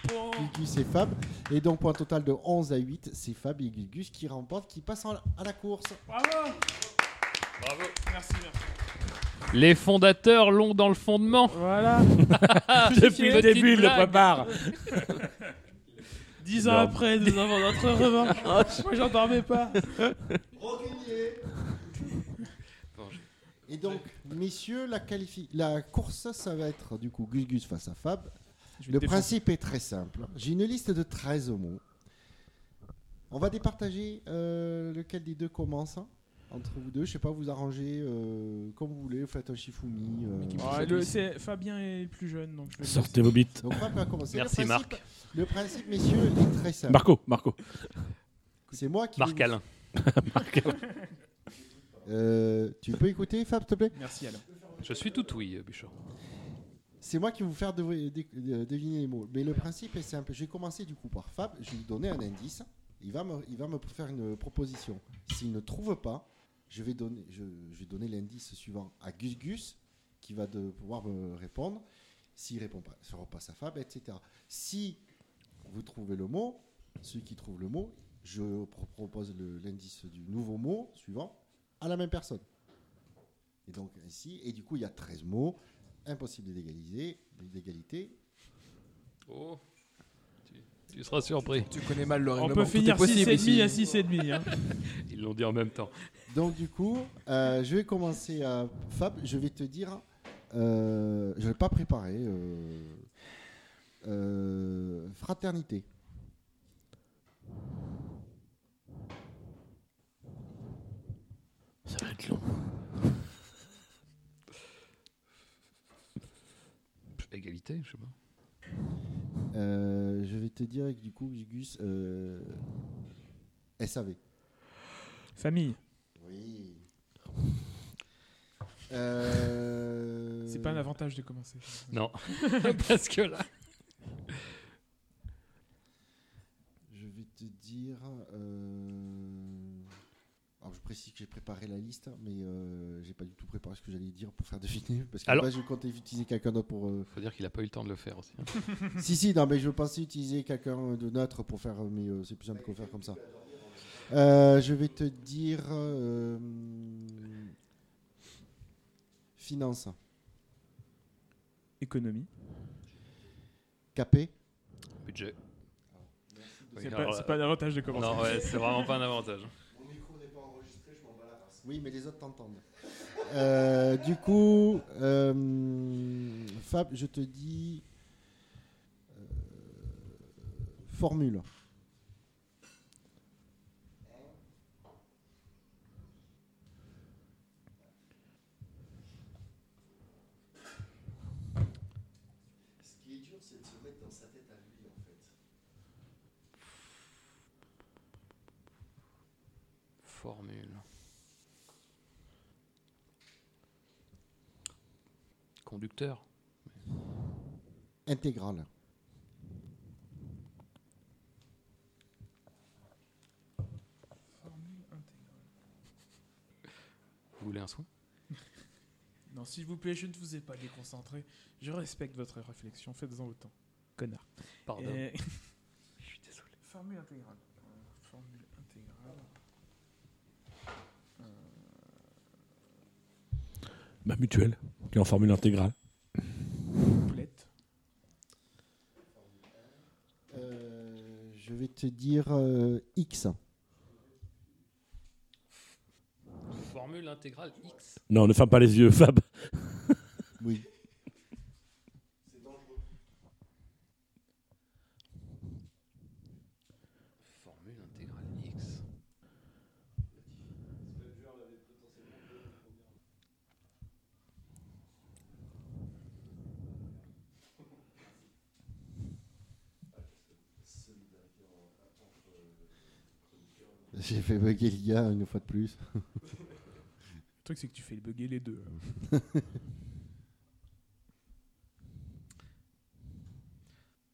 Gus Gus et Fab. Et donc pour un total de 11 à 8, c'est Fab et Gus Gus qui remportent, qui passent en- à la course.
Bravo
Bravo.
Merci, merci.
Les fondateurs l'ont dans le fondement.
Voilà.
Depuis le
Petite
début, il le
blague.
prépare.
10 ans
Énorme.
après, nous avons notre revanche.
Ah,
Moi, j'en dormais pas.
Et donc, messieurs, la, qualifi- la course, ça va être du coup Gus Gus face à Fab.
Je vais
Le
te défoncer.
principe est très simple. J'ai une liste de 13 mots. On va départager euh, lequel des deux commence hein, entre vous deux. Je sais pas, vous arrangez euh, comme vous voulez. Vous faites un shifumi. euh.
Ouais, le- c'est- Fabien est plus jeune, donc je vais le
Sortez vos bites.
Donc, Fab va commencer. Le
Merci,
principe-
Marc.
Le principe, messieurs, est très simple.
Marco, Marco.
C'est moi qui.
Marc
vais-
Alain.
Euh, tu peux écouter, Fab, s'il te plaît
laisser. Merci, Alain.
Je suis tout oui, Bichot.
C'est moi qui vais vous faire dev- dé- euh, deviner les mots. Mais le principe est simple. Je vais commencer du coup par Fab. Je vais lui donner un indice. Il va me, il va me faire une proposition. S'il ne trouve pas, je vais donner, je, je vais donner l'indice suivant à Gus Gus, qui va de, pouvoir me répondre. S'il répond pas, ça repasse à Fab, etc. Si vous trouvez le mot, celui qui trouve le mot, je pro- propose le- l'indice du nouveau mot suivant à la même personne. Et donc ainsi, et du coup il y a 13 mots impossible d'égaliser, d'égalité.
Oh. Tu, tu seras surpris.
Tu connais mal le
On
règlement.
peut
Tout est
finir
possible
6,5
ici.
à 6,5. hein.
Ils l'ont dit en même temps.
Donc du coup, euh, je vais commencer à Fab. Je vais te dire, euh, je vais pas préparé. euh, euh, fraternité.
Ça va être long.
Égalité, je sais pas.
Euh, je vais te dire du coup, Gus, euh, SAV.
Famille,
Oui. Euh,
c'est pas un avantage de commencer.
Non. Parce que là.
Je vais te dire. euh, Alors, je précise que j'ai préparé la liste, mais euh, j'ai pas du tout préparé ce que j'allais dire pour faire deviner. Parce que
Alors-
je comptais utiliser quelqu'un d'autre pour. euh,
Faut dire qu'il a pas eu le temps de le faire aussi. hein.
si, si, non, mais je pensais utiliser quelqu'un de neutre pour faire. euh, Mais euh, c'est plus simple qu'on faire comme ça. Euh, je vais te dire. euh, Finance.
Économie.
Capé.
Budget. Oui,
C'est pas,
alors,
c'est pas un avantage de commencer.
Non, ouais, c'est vraiment pas un avantage.
Oui, mais les autres t'entendent. Euh, du coup, euh, Fab, je te dis euh, formule.
Ce qui est dur, c'est de se mettre dans sa tête à lui, en fait.
Formule. Conducteur.
Intégrale.
Vous voulez un soin
Non, s'il vous plaît, je ne vous ai pas déconcentré. Je respecte votre réflexion, faites-en autant. Connard.
Pardon.
Et-
Je suis désolé.
Formule intégrale. Euh, Formule intégrale.
Ma mutuelle, qui est en formule intégrale.
Complète.
Euh, je vais te dire euh, X.
Formule intégrale X.
Non, ne ferme pas les yeux, Fab.
Oui.
Formule intégrale X.
J'ai fait bugger le gars une fois de plus.
Le truc, c'est que tu fais bugger les deux.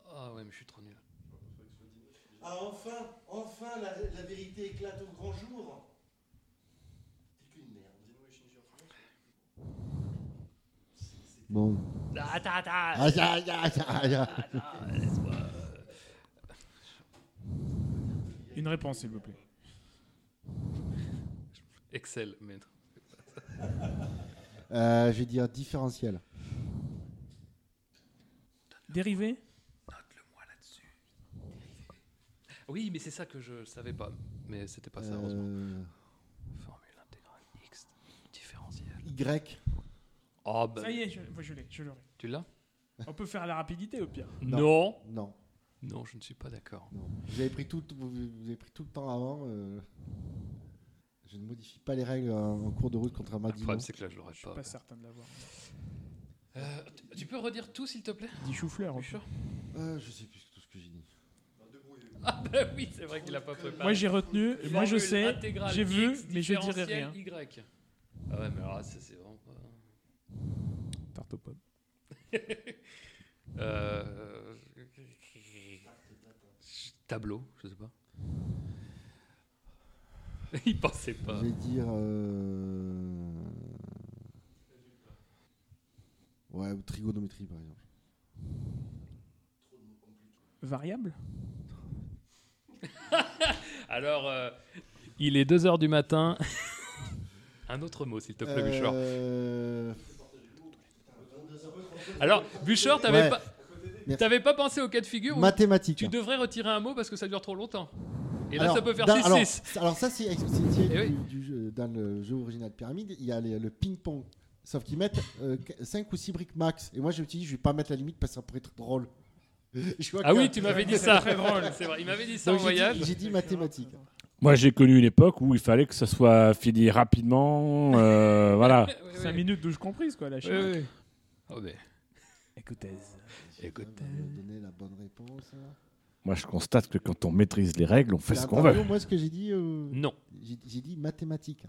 Ah ouais, mais je suis trop nul.
Ah enfin, enfin la, la vérité éclate au grand jour. T'es qu'une merde.
Bon.
Attends, attends.
Ah, ya, ya, ya, ya.
Une réponse, s'il vous plaît.
Excel, maître.
Euh, je vais dire différentiel.
Dérivé
Note-le-moi là-dessus. Oui, mais c'est ça que je savais pas. Mais c'était pas ça, heureusement.
Euh,
Formule intégrale mixte, différentielle.
Euh, y.
Ah,
Oh, bah,
Ça y est, je, moi, je l'ai, je l'aurai.
tu l'as
On peut faire à la rapidité, au pire.
Non.
non.
Non,
Non, je ne suis pas d'accord.
non. Vous avez pris tout, vous, vous avez pris tout le temps avant. euh, Je ne modifie pas les règles en en cours de route, contrairement à
Le problème,
Dimon.
c'est que là, je l'aurais
Je suis
pas.
pas certain de l'avoir.
Euh, tu- tu peux redire tout, s'il te plaît
Dis chou-fleur. au pire.
Euh, je sais plus tout ce que j'ai dit.
Ah, bah oui, c'est vrai qu'il a pas préparé.
Moi, j'ai retenu. Moi, je
Formule
sais.
intégrale
J'ai vu,
X,
mais je dirai
différentielle
rien.
Y. Ah ouais, mais alors, là, ça, c'est vraiment pas.
Tarte aux pommes.
Euh, Tableau, je sais pas. Il pensait pas.
Je vais dire. euh, Ouais, ou trigonométrie par exemple.
Variable
Alors, euh, il est 2h du matin. Un autre mot, s'il te plaît, Bouchard.
Euh,
Alors, Bouchard, t'avais
Ouais.
pas.
Merci.
T'avais pas pensé au cas de figure où
Mathématiques.
tu devrais retirer un mot parce que ça dure trop longtemps. Et là,
Alors,
ça peut faire
dans- alors,
6-6.
c- Alors, ça, c'est c'est tiré
Eh
du, du jeu- dans le jeu original Pyramide. Il y a les- le ping-pong. Sauf qu'ils mettent 5 ou 6 briques max. Et moi, je me suis dit, je vais pas mettre la limite parce que ça pourrait être drôle. Je vois
Ah
que-
oui, tu m'avais dit ça. Très drôle. C'est vrai, il m'avait dit ça
Donc,
en
j'ai dit-
voyage.
J'ai dit mathématiques.
Moi, j'ai connu une époque où il fallait que ça soit fini rapidement. euh, voilà.
5 minutes douche comprise, quoi, la
Oui,
chaîne.
oui. Oh, mais
Écoutez.
Écoute.
Ça va me bah,
euh,
donner la bonne réponse. hein. là.
Moi, je constate que quand on maîtrise les règles, on fait
C'est
ce
un
qu'on
tableau,
veut.
Moi, ce que j'ai dit, euh,
Non.
j'ai j'ai dit mathématiques.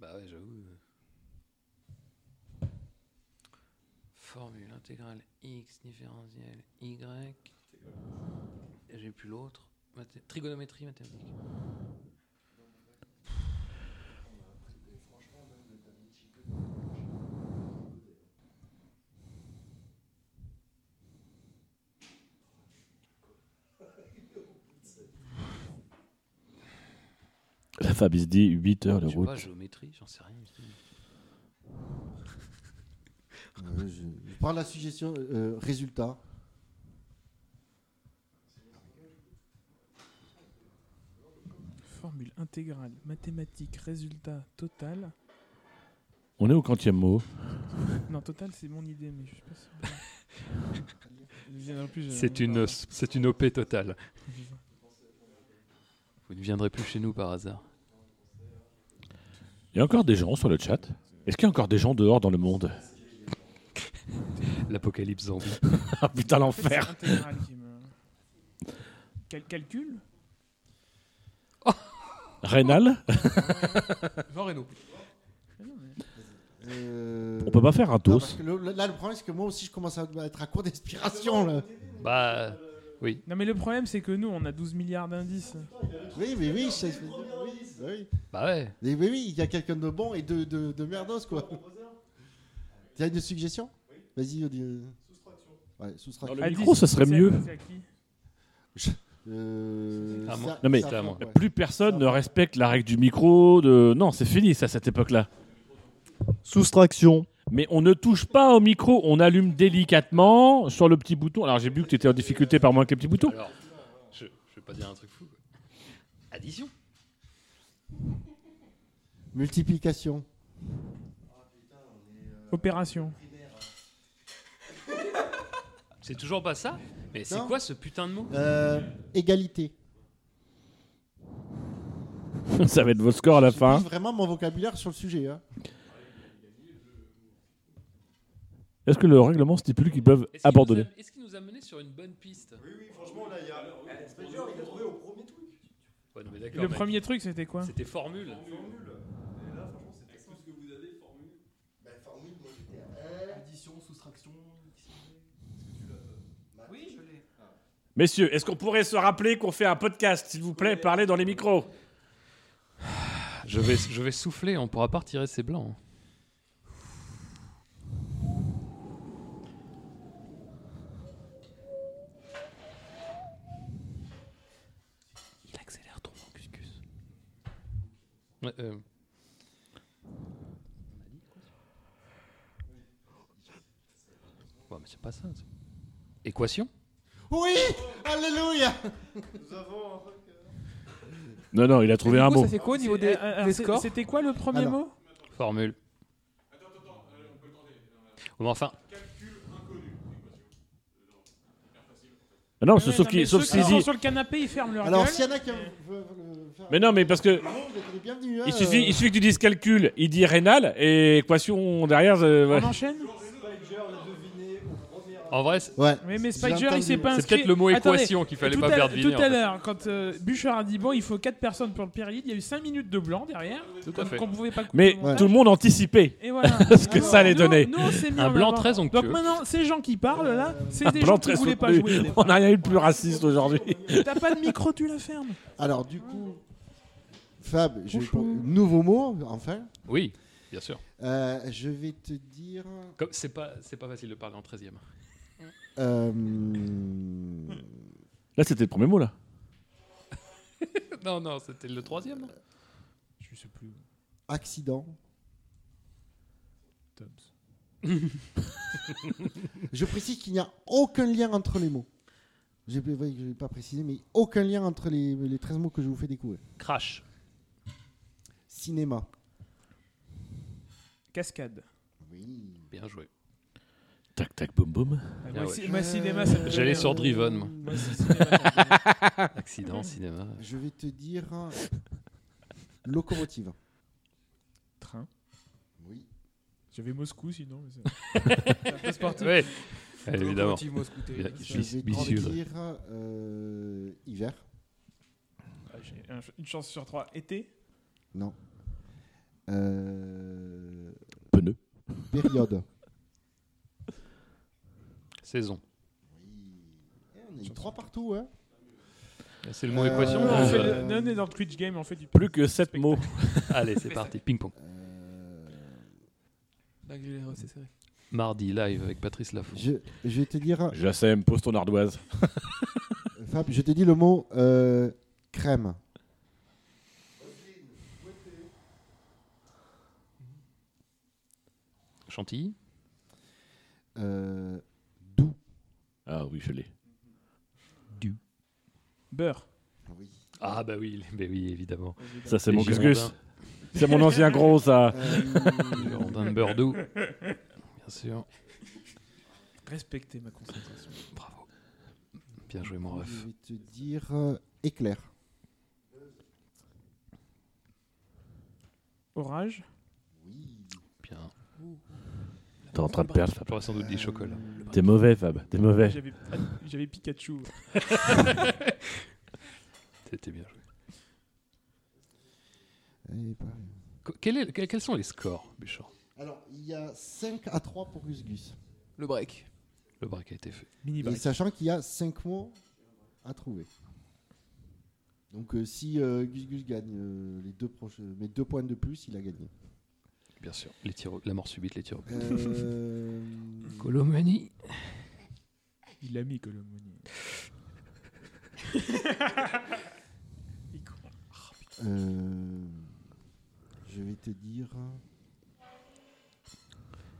Bah ouais, j'avoue. Formule intégrale x différentielle y. Et J'ai plus l'autre. Mathé- Trigonométrie mathématique.
La Fab, il se dit 8 heures de
Je sais
route.
pas, géométrie, j'en sais rien. du tout.
Euh, je, je prends la suggestion. euh, résultat.
Formule intégrale, mathématiques, résultat, total.
On est au quantième mot.
Non, total, c'est mon idée, mais je suis pas sûr. Je viens- en plus, je-
C'est une, c'est une OP totale. Vous ne viendrez plus chez nous par hasard.
Il y a encore des gens sur le chat. Est-ce qu'il y a encore des gens dehors dans le monde
L'apocalypse zombie.
Ah putain,
En fait,
l'enfer
c'est intégrale qui me. Quel calcul
Rénal
Jean Reno.
Ah non, mais-
euh,
On peut pas faire un
non,
toast.
parce que le- là, le problème, c'est que moi aussi, je commence à être à court d'inspiration. là.
bah,
Non, mais le problème, c'est que nous, on a 12 milliards d'indices.
Oui, mais oui, je sais- oui, oui.
bah ouais.
Mais oui, oui, il y a quelqu'un de bon et de, de, de merdos, quoi. Tu as une suggestion Vas-y, on dit, euh, Ouais, soustraction.
Le
Ah,
micro,
dix,
ça serait
c'est-
mieux.
c'est à qui
Euh,
À moi.
ça-
Non, mais-
ça-
C'est à moi.
ouais.
Plus personne ne respecte la règle du micro. De... Non, c'est fini, ça, cette époque-là.
Soustraction.
Mais on ne touche pas au micro, on allume délicatement sur le petit bouton. Alors, j'ai vu que tu étais en difficulté par moins que les petits boutons.
Alors, je, je vais pas dire un truc fou. quoi. Addition.
Multiplication.
Opération.
C'est toujours pas ça Mais c'est
Non.
quoi ce putain de mot
Euh, égalité.
ça va être votre score à la fin.
J'utilise vraiment mon vocabulaire sur le sujet. hein.
Est-ce que le règlement stipule qu'ils peuvent
Est-ce qu'il nous
abandonner
a- Est-ce qu'il nous a mené sur une bonne piste
Oui, oui, franchement, là, il y a. Spencer, il a trouvé au premier truc.
Ouais, non, mais
Et
d'accord,
Le
mais
premier truc, c'était quoi
C'était formule.
Formule. Et là, franchement, c'est tout ce que vous avez, formule. Bah, formule, moi, j'étais à. Addition, soustraction.
Oui, je l'ai.
Messieurs, est-ce qu'on pourrait se rappeler qu'on fait un podcast, s'il vous plaît Parlez dans les micros.
Je vais, je vais souffler, on pourra pas retirer ses blancs. hein. Il accélère trop mon cuscus. Ouais, euh, Ouais, mais c'est pas ça. c'est- Équation
Oui Alléluia
Non, non, il a trouvé un mot.
Ça fait quoi au niveau des,
Euh, euh,
des
c'est-
scores
C'était quoi le premier
Alors.
mot
Formule. Attends, attends, on euh, peut le tenter. mais enfin,
Ah Non,
Ouais,
sauf
Euh, non,
qu'il
mais
sauf
ceux qui
s'il
sont
dit.
sur le canapé, ils ferment leur
Alors,
gueule.
s'il y en a qui veulent veulent faire.
Mais non, mais parce que.
Bonjour, vous êtes les bienvenus, hein,
Il suffit,
euh.
il suffit que tu dises calcul, il dit rénal, et équation derrière. euh,
On
voilà.
enchaîne
Spider l'a deviné au premier.
en vrai, c'est
Euh, Ouais.
Oui, mais
J'ai
Spider,
entendu.
il s'est pas inscrit.
c'est peut-être le mot
Attendez,
équation qu'il fallait
tout
pas
à-
faire deviner.
Tout à l'heure, quand euh, Bouchard a dit bon, il faut 4 personnes pour le Péril, il y a eu 5 minutes de blanc derrière,
Tout à
qu'on
fait.
qu'on pouvait pas couper
Mais
au montage.
tout le monde anticipait.
Et voilà.
Parce que ça allait
Nous,
donner.
nous, on s'est mis
Un
en
blanc
avant.
très onctueux.
Donc maintenant, ces gens qui parlent là, c'est
Un
des
blanc
gens qui
très
voulaient pas
soutenu.
jouer. au
On
départ.
n'a rien eu de plus raciste aujourd'hui.
T'as pas de micro, tu la fermes.
Alors, du coup, Fab, je vais
Bonjour.
nouveau mot, enfin.
Oui, bien sûr.
Euh, je vais te dire.
Comme- C'est pas, c'est pas facile de parler en 13 e
euh,
Là, c'était le premier mot, là.
Non, non, c'était le troisième. non
Je sais plus.
accident.
Tom's.
Je précise qu'il n'y a aucun lien entre les mots. Je n'ai pas précisé, mais aucun lien entre les, les 13 mots que je vous fais découvrir.
Crash.
Cinéma.
Cascade.
Oui.
Bien joué.
Tac, tac, boum, boum.
Ah,
Ah
moi,
ouais.
ci-
Euh,
moi, cinéma, ça hein. me
J'allais
donnait
sur
un-
Driven, moi.
Moi, c'est cinéma, ça me donnait-
Accident, cinéma.
Je vais te dire. euh, Locomotive.
Train.
Oui.
J'avais Moscou sinon. mais c'est-
Ouais, évidemment.
Locomotive Moscou, t'es-
Bien.
Je vais te
Vicieuse.
dire. euh, hiver.
Ah, J'ai un- une chance sur trois. Été.
Non. Euh,
Pneu.
période.
Saison.
Eh, on est trois partout, hein.
C'est le mot
Euh,
équation.
Non,
Non,
on
donc,
fait
euh,
le- non, on est dans le Twitch Game, on fait du.
Plus que 7 mots.
Allez, c'est parti. Ping-pong.
Euh,
Dingue, c'est serré.
Mardi live avec Patrice Lafont.
je, je vais te dire.
Jassem, pose ton ardoise.
Fab, je te dis le mot euh, crème.
Chantilly.
Euh, doux.
Ah oui, je l'ai.
Beurre.
Oui.
Ah, bah oui, les- bah oui évidemment.
Ça, c'est
Les
mon couscous.
Girondins.
C'est mon ancien gros, ça.
Euh,
Girondin de Bordeaux. Bien sûr.
Respectez ma concentration.
Bravo. Bien joué, mon ref.
je vais te dire euh, éclair.
Orage.
Oui.
Bien.
T'es en train de perdre, Fab.
J'aurais Ah, sans
Euh,
doute dit chocolat.
T'es mauvais, Fab. T'es mauvais.
J'avais j'avais Pikachu.
C'était bien joué.
Eh, pareil.
Qu- quel est- quel- quels sont les scores, Bouchard
Alors, il y a 5 à 3 pour Gus Gus.
Le break.
Le break a été fait.
Mini
Et sachant qu'il y a 5 mots à trouver. Donc, euh, si euh, Gus Gus gagne euh, les deux proches, mes deux points de plus, il a gagné.
Bien sûr. Les tirs, au- la mort subite, les tirs. au but.
Euh,
Colomani.
Il l'a mis Colomoni. Il con.
euh, je vais te dire.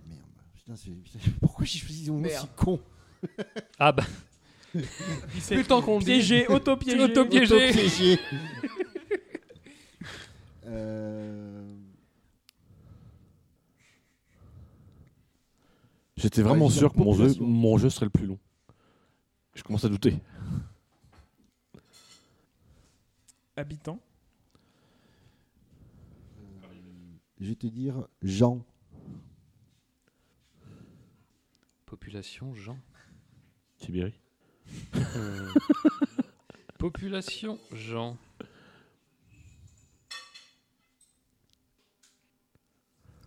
Merde. Putain, c'est- putain, pourquoi j'ai choisi des mots
Merde.
aussi cons
Ah, bah.
Il s'est
Plus le temps qu'on le dise.
piégé, auto-piégé.
Auto-piégé.
Autopiégé. Euh,
J'étais vraiment
Ouais,
sûr que mon jeu,
population.
mon jeu serait le plus long. Je commence à douter.
Habitant.
je vais te dire Jean.
Population, Jean.
Sibérie.
Euh, Population, Jean.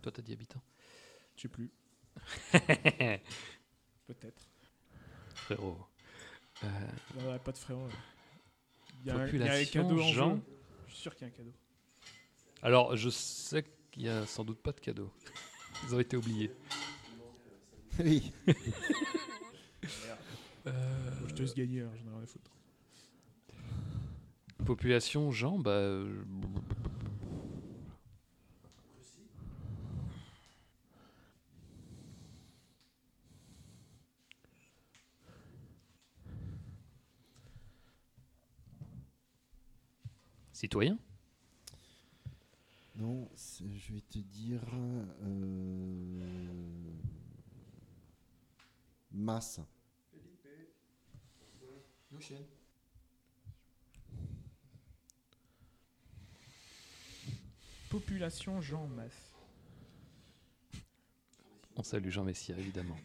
Toi, t'as dit habitant.
Je sais plus. Peut-être.
Frérot. Euh,
Non, ouais, pas de frérot. ouais. Il y a un- il y a un
Population,
cadeau en jeu.
Jean.
Je suis sûr qu'il y a un cadeau.
alors, je sais qu'il y a sans doute pas de cadeau. Ils ont été oubliés.
Oui.
Bon, je te laisse gagner, alors j'en ai rien à foutre.
Population, Jean, bah. euh, Citoyen
Non, c'est- je vais te dire. euh, masse.
Population Jean Masse.
On salue Jean Messia, évidemment.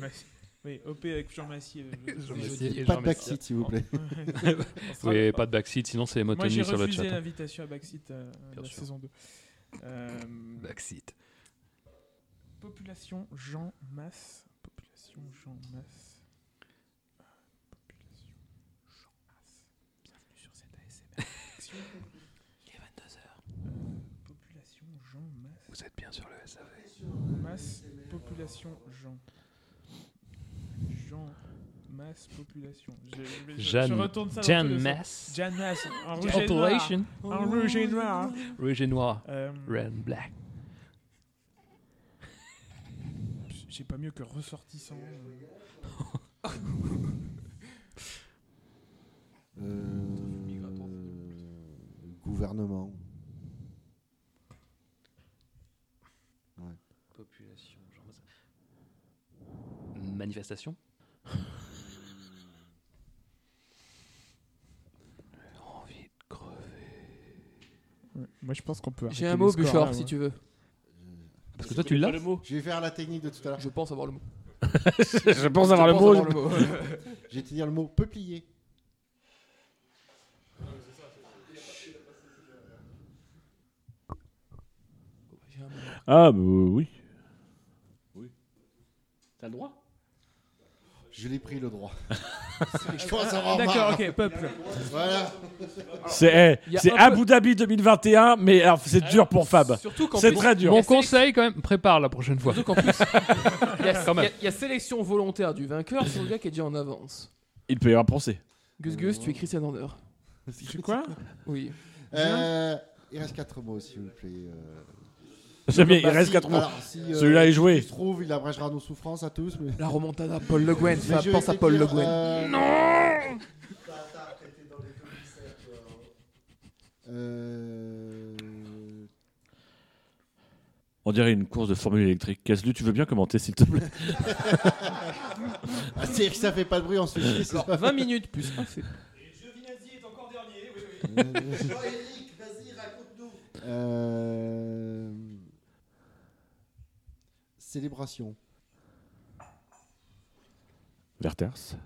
Masse. Oui, OP avec Jean Massier. euh,
Jean
je-
Massier.
je-
Et
Pas
Jean
de
Messia.
backseat, s'il vous plaît.
On sera-
Oui, pas de backseat, sinon c'est
Moi, j'ai
Motoni sur le
refusé
chat. hein.
l'invitation à Backseat euh,
Bien
la
sûr.
saison 2. Euh,
Backseat.
population Jean Masse. Population Jean Masse. Euh, Population Jean Masse. Bienvenue sur cette ASMR. Action.
Il est 22h.
Euh, population Jean Masse.
Vous êtes bien sur le SAV.
Masse, population Jean. Jean. Masse, population. Je, je- je- je
Jeanne-
retourne ça dans
Jeanne
tous les sens.
Masse.
Jeanne Masse. En rouge et noir.
Population.
En rouge et noir.
Rouge et noir.
Euh,
Red and black.
J'ai pas mieux que ressortissant. euh,
Euh, gouvernement.
Population. Jean Messia. Manifestation Envie de crever.
Ouais, Moi, je pense qu'on peut.
J'ai
arrêter
un mot,
les scores, là,
Buchor,
ouais.
si tu veux.
Parce que toi, tu l'as
Le mot.
Oh. Je vais faire la technique de tout à l'heure.
Je pense avoir le mot.
je pense avoir le mot. je-
Je vais te dire le mot peuplier.
J'ai un mot.
Ah, bah oui.
T'as le droit
Je l'ai pris le droit. je pense avoir
D'accord,
marre.
ok, peuple.
Voilà.
C'est
Il y
eh,
a
c'est
un peu-
Abu Dhabi 2021, mais alors, c'est dur pour Fab.
Surtout qu'en
C'est
plus-
très dur.
Bon,
Mon conseil, quand même, prépare la prochaine fois.
Surtout qu'en plus, il y, a-
Quand même.
il y a- il y a sélection volontaire du vainqueur sur le gars qui est déjà en avance.
Il peut y avoir pensé.
Gus Gus, tu es Christian Ander.
C'est quoi
Oui.
Euh, Il reste 4 mots, s'il vous plaît. euh.
C'est bien, il
Bah,
reste
si,
4 mois.
alors, si, euh,
Celui-là est
Je
joué.
trouve, il abrégera nos souffrances à tous. Mais...
La remontada Paul Le Guen.
Mais
Fab,
je vais
pense à
te
Paul
dire,
Le Guen.
euh,
T'as t'as arrêté dans les commissaires, toi. hein.
euh,
On dirait une course de formule électrique. Caslu, tu veux bien commenter, s'il te plaît
Ah, c'est que ça fait pas de bruit, on se fait chier, c'est pas
20 minutes plus un fait.
Toi, Eric, vas-y, raconte-nous.
Euh, Célébration.
Verters.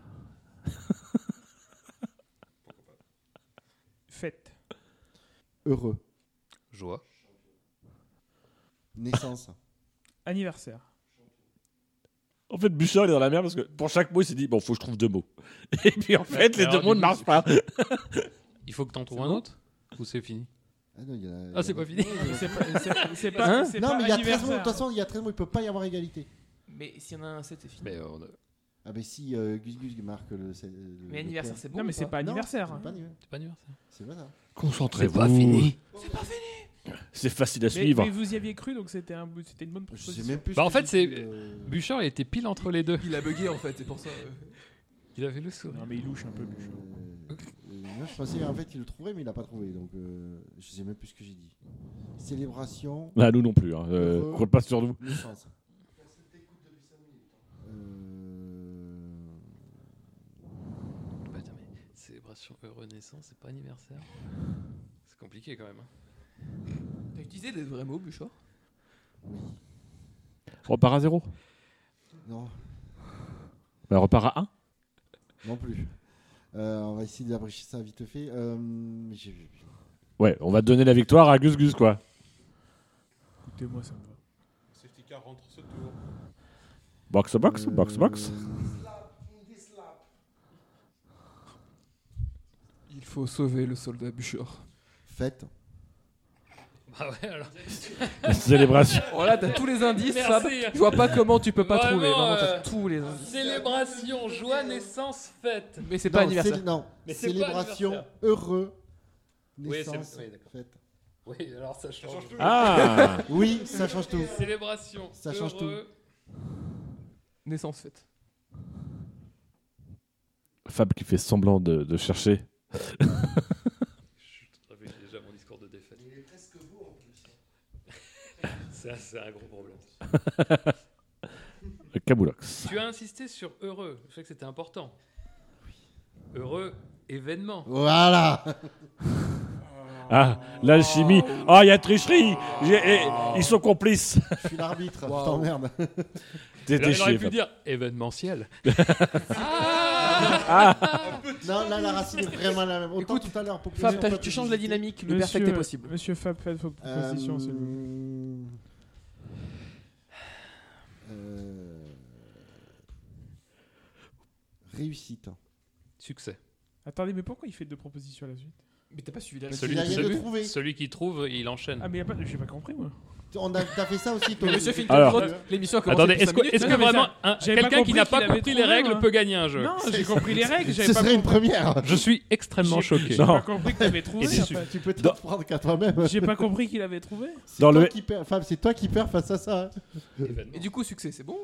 Fête.
Heureux.
Joie.
Naissance.
Anniversaire.
En fait, Bouchard, il est dans la merde parce que pour chaque mot, il s'est dit Bon, faut que je trouve deux mots. Et puis en fait, les deux mots ne marchent pas.
Il faut que t'en trouves
C'est
un
bon
autre Ou c'est fini
Ah non, il y a-
Ah, c'est pas fini
C'est pas. c'est- C'est pas. c'est
Non,
pas
mais il y a 13 mots. De
anniversaire.
toute façon, il y a 13 mots, il peut pas y avoir égalité.
Mais s'il y en a un, c'était fini.
Mais on a-
Ah, bah si, euh, Gus Gus marque le. c'est- le- le
Mais anniversaire,
point.
c'est bon.
Non, mais
ou
c'est
pas
pas anniversaire.
C'est
hein.
pas anniversaire.
C'est pas anniversaire.
C'est hein. pas ça.
Concentrez-vous.
C'est pas fini.
C'est facile à
Mais-
suivre.
Mais vous y aviez cru, donc c'était un, c'était une bonne
Je sais
proposition.
même plus.
Bah,
ce
en
que
fait,
j'ai dit,
c'est-
euh,
Bouchard il était pile entre les deux.
Il a bugué en fait, c'est pour ça. euh.
Il avait le sourire.
Non, mais il louche un peu, Bouchard.
euh, euh, moi, je pensais en fait qu'il le trouverait, mais il l'a pas trouvé. Donc, euh, je sais même plus ce que j'ai dit. Célébration.
Bah, nous non plus. Hein. Euh,
Heureux.
compte pas sur nous.
Naissance. Euh,
Bah, attends, mais célébration heureux naissance, c'est pas anniversaire. C'est compliqué quand même. hein.
T'as utilisé des vrais mots, Bouchard
On repart à zéro.
Non.
Bah, repart à 1.
Non plus. Euh, on va essayer d'abréger ça vite fait. Euh, j'ai vu.
Ouais, on va donner la victoire à Gus Gus, quoi.
Écoutez-moi, ça me va.
Safety car rentre ce tour.
Box,
Euh,
box, box, box.
Il faut sauver le soldat Bûcher.
Faites.
Bah ouais, alors.
La célébration.
Voilà, Oh t'as tous les indices,
Merci.
Fab. Je vois pas comment tu peux pas
Vraiment,
trouver. Vraiment, t'as
euh,
tous les indices.
Célébration, joie, naissance, fête.
Mais c'est pas
Non,
anniversaire.
célé- Non,
Mais c'est pas
célébration,
anniversaire.
heureux,
Oui, c'est-
naissance,
oui, d'accord.
fête.
Oui, alors ça change.
Ah
Oui, ça change tout.
Célébration.
Ça change
heureux.
Naissance faite.
Fab qui fait semblant de, de chercher.
Je t'avais déjà mon discours de défaite. Il est presque beau en plus. ça, c'est un gros problème.
Caboulox.
Tu as insisté sur heureux. Je sais que c'était important. Heureux événement.
Voilà.
Ah, l'alchimie. Ah, il y a tricherie. J'ai- eh, Ils sont complices.
Je suis l'arbitre.
Wow.
Je t'emmerde.
T'es
Alors, il
déchiré,
aurait pu
Fab.
dire événementiel.
Non, là, la racine est vraiment la même. Autant
Écoute,
tout à l'heure, populaire,
Fab, t'as-
pas
tu changes la
publicité.
dynamique. Le perfect est possible.
Monsieur Fab, faites votre proposition, s'il vous plaît.
Euh, Réussite.
Succès.
Attendez, mais pourquoi il fait deux propositions à la suite
Mais t'as pas suivi la
Parce
Celui,
qu'il a
qui-
rien
celui-
de trouvé.
celui qui trouve, il enchaîne.
Ah, mais y a pas... j'ai pas compris, moi.
On a, t'as fait ça aussi, toi.
Mais Monsieur Phil
Alors-
Cameron, l'émission a commencé.
Attendez,
depuis
est-ce
cinq
que,
minutes.
est-ce que
Non, mais ça-
vraiment un-
j'avais pas
quelqu'un qui
compris
n'a pas
qu'il avait
compris les
trouvé,
règles
moi.
peut gagner un
Euh,
jeu
Non, j'ai compris les règles,
Ce
j'avais pas
serait une
compris.
première.
Je suis extrêmement
J'ai-
choqué.
J'ai
Non.
pas compris que t'avais trouvé.
Et
en
tu-
fait.
Tu peux t'en prendre qu'à toi-même.
J'ai pas compris qu'il avait trouvé.
C'est
Dans
toi
le-
qui perds- Fab, c'est toi qui perds face à ça. hein.
Et du coup, succès, c'est bon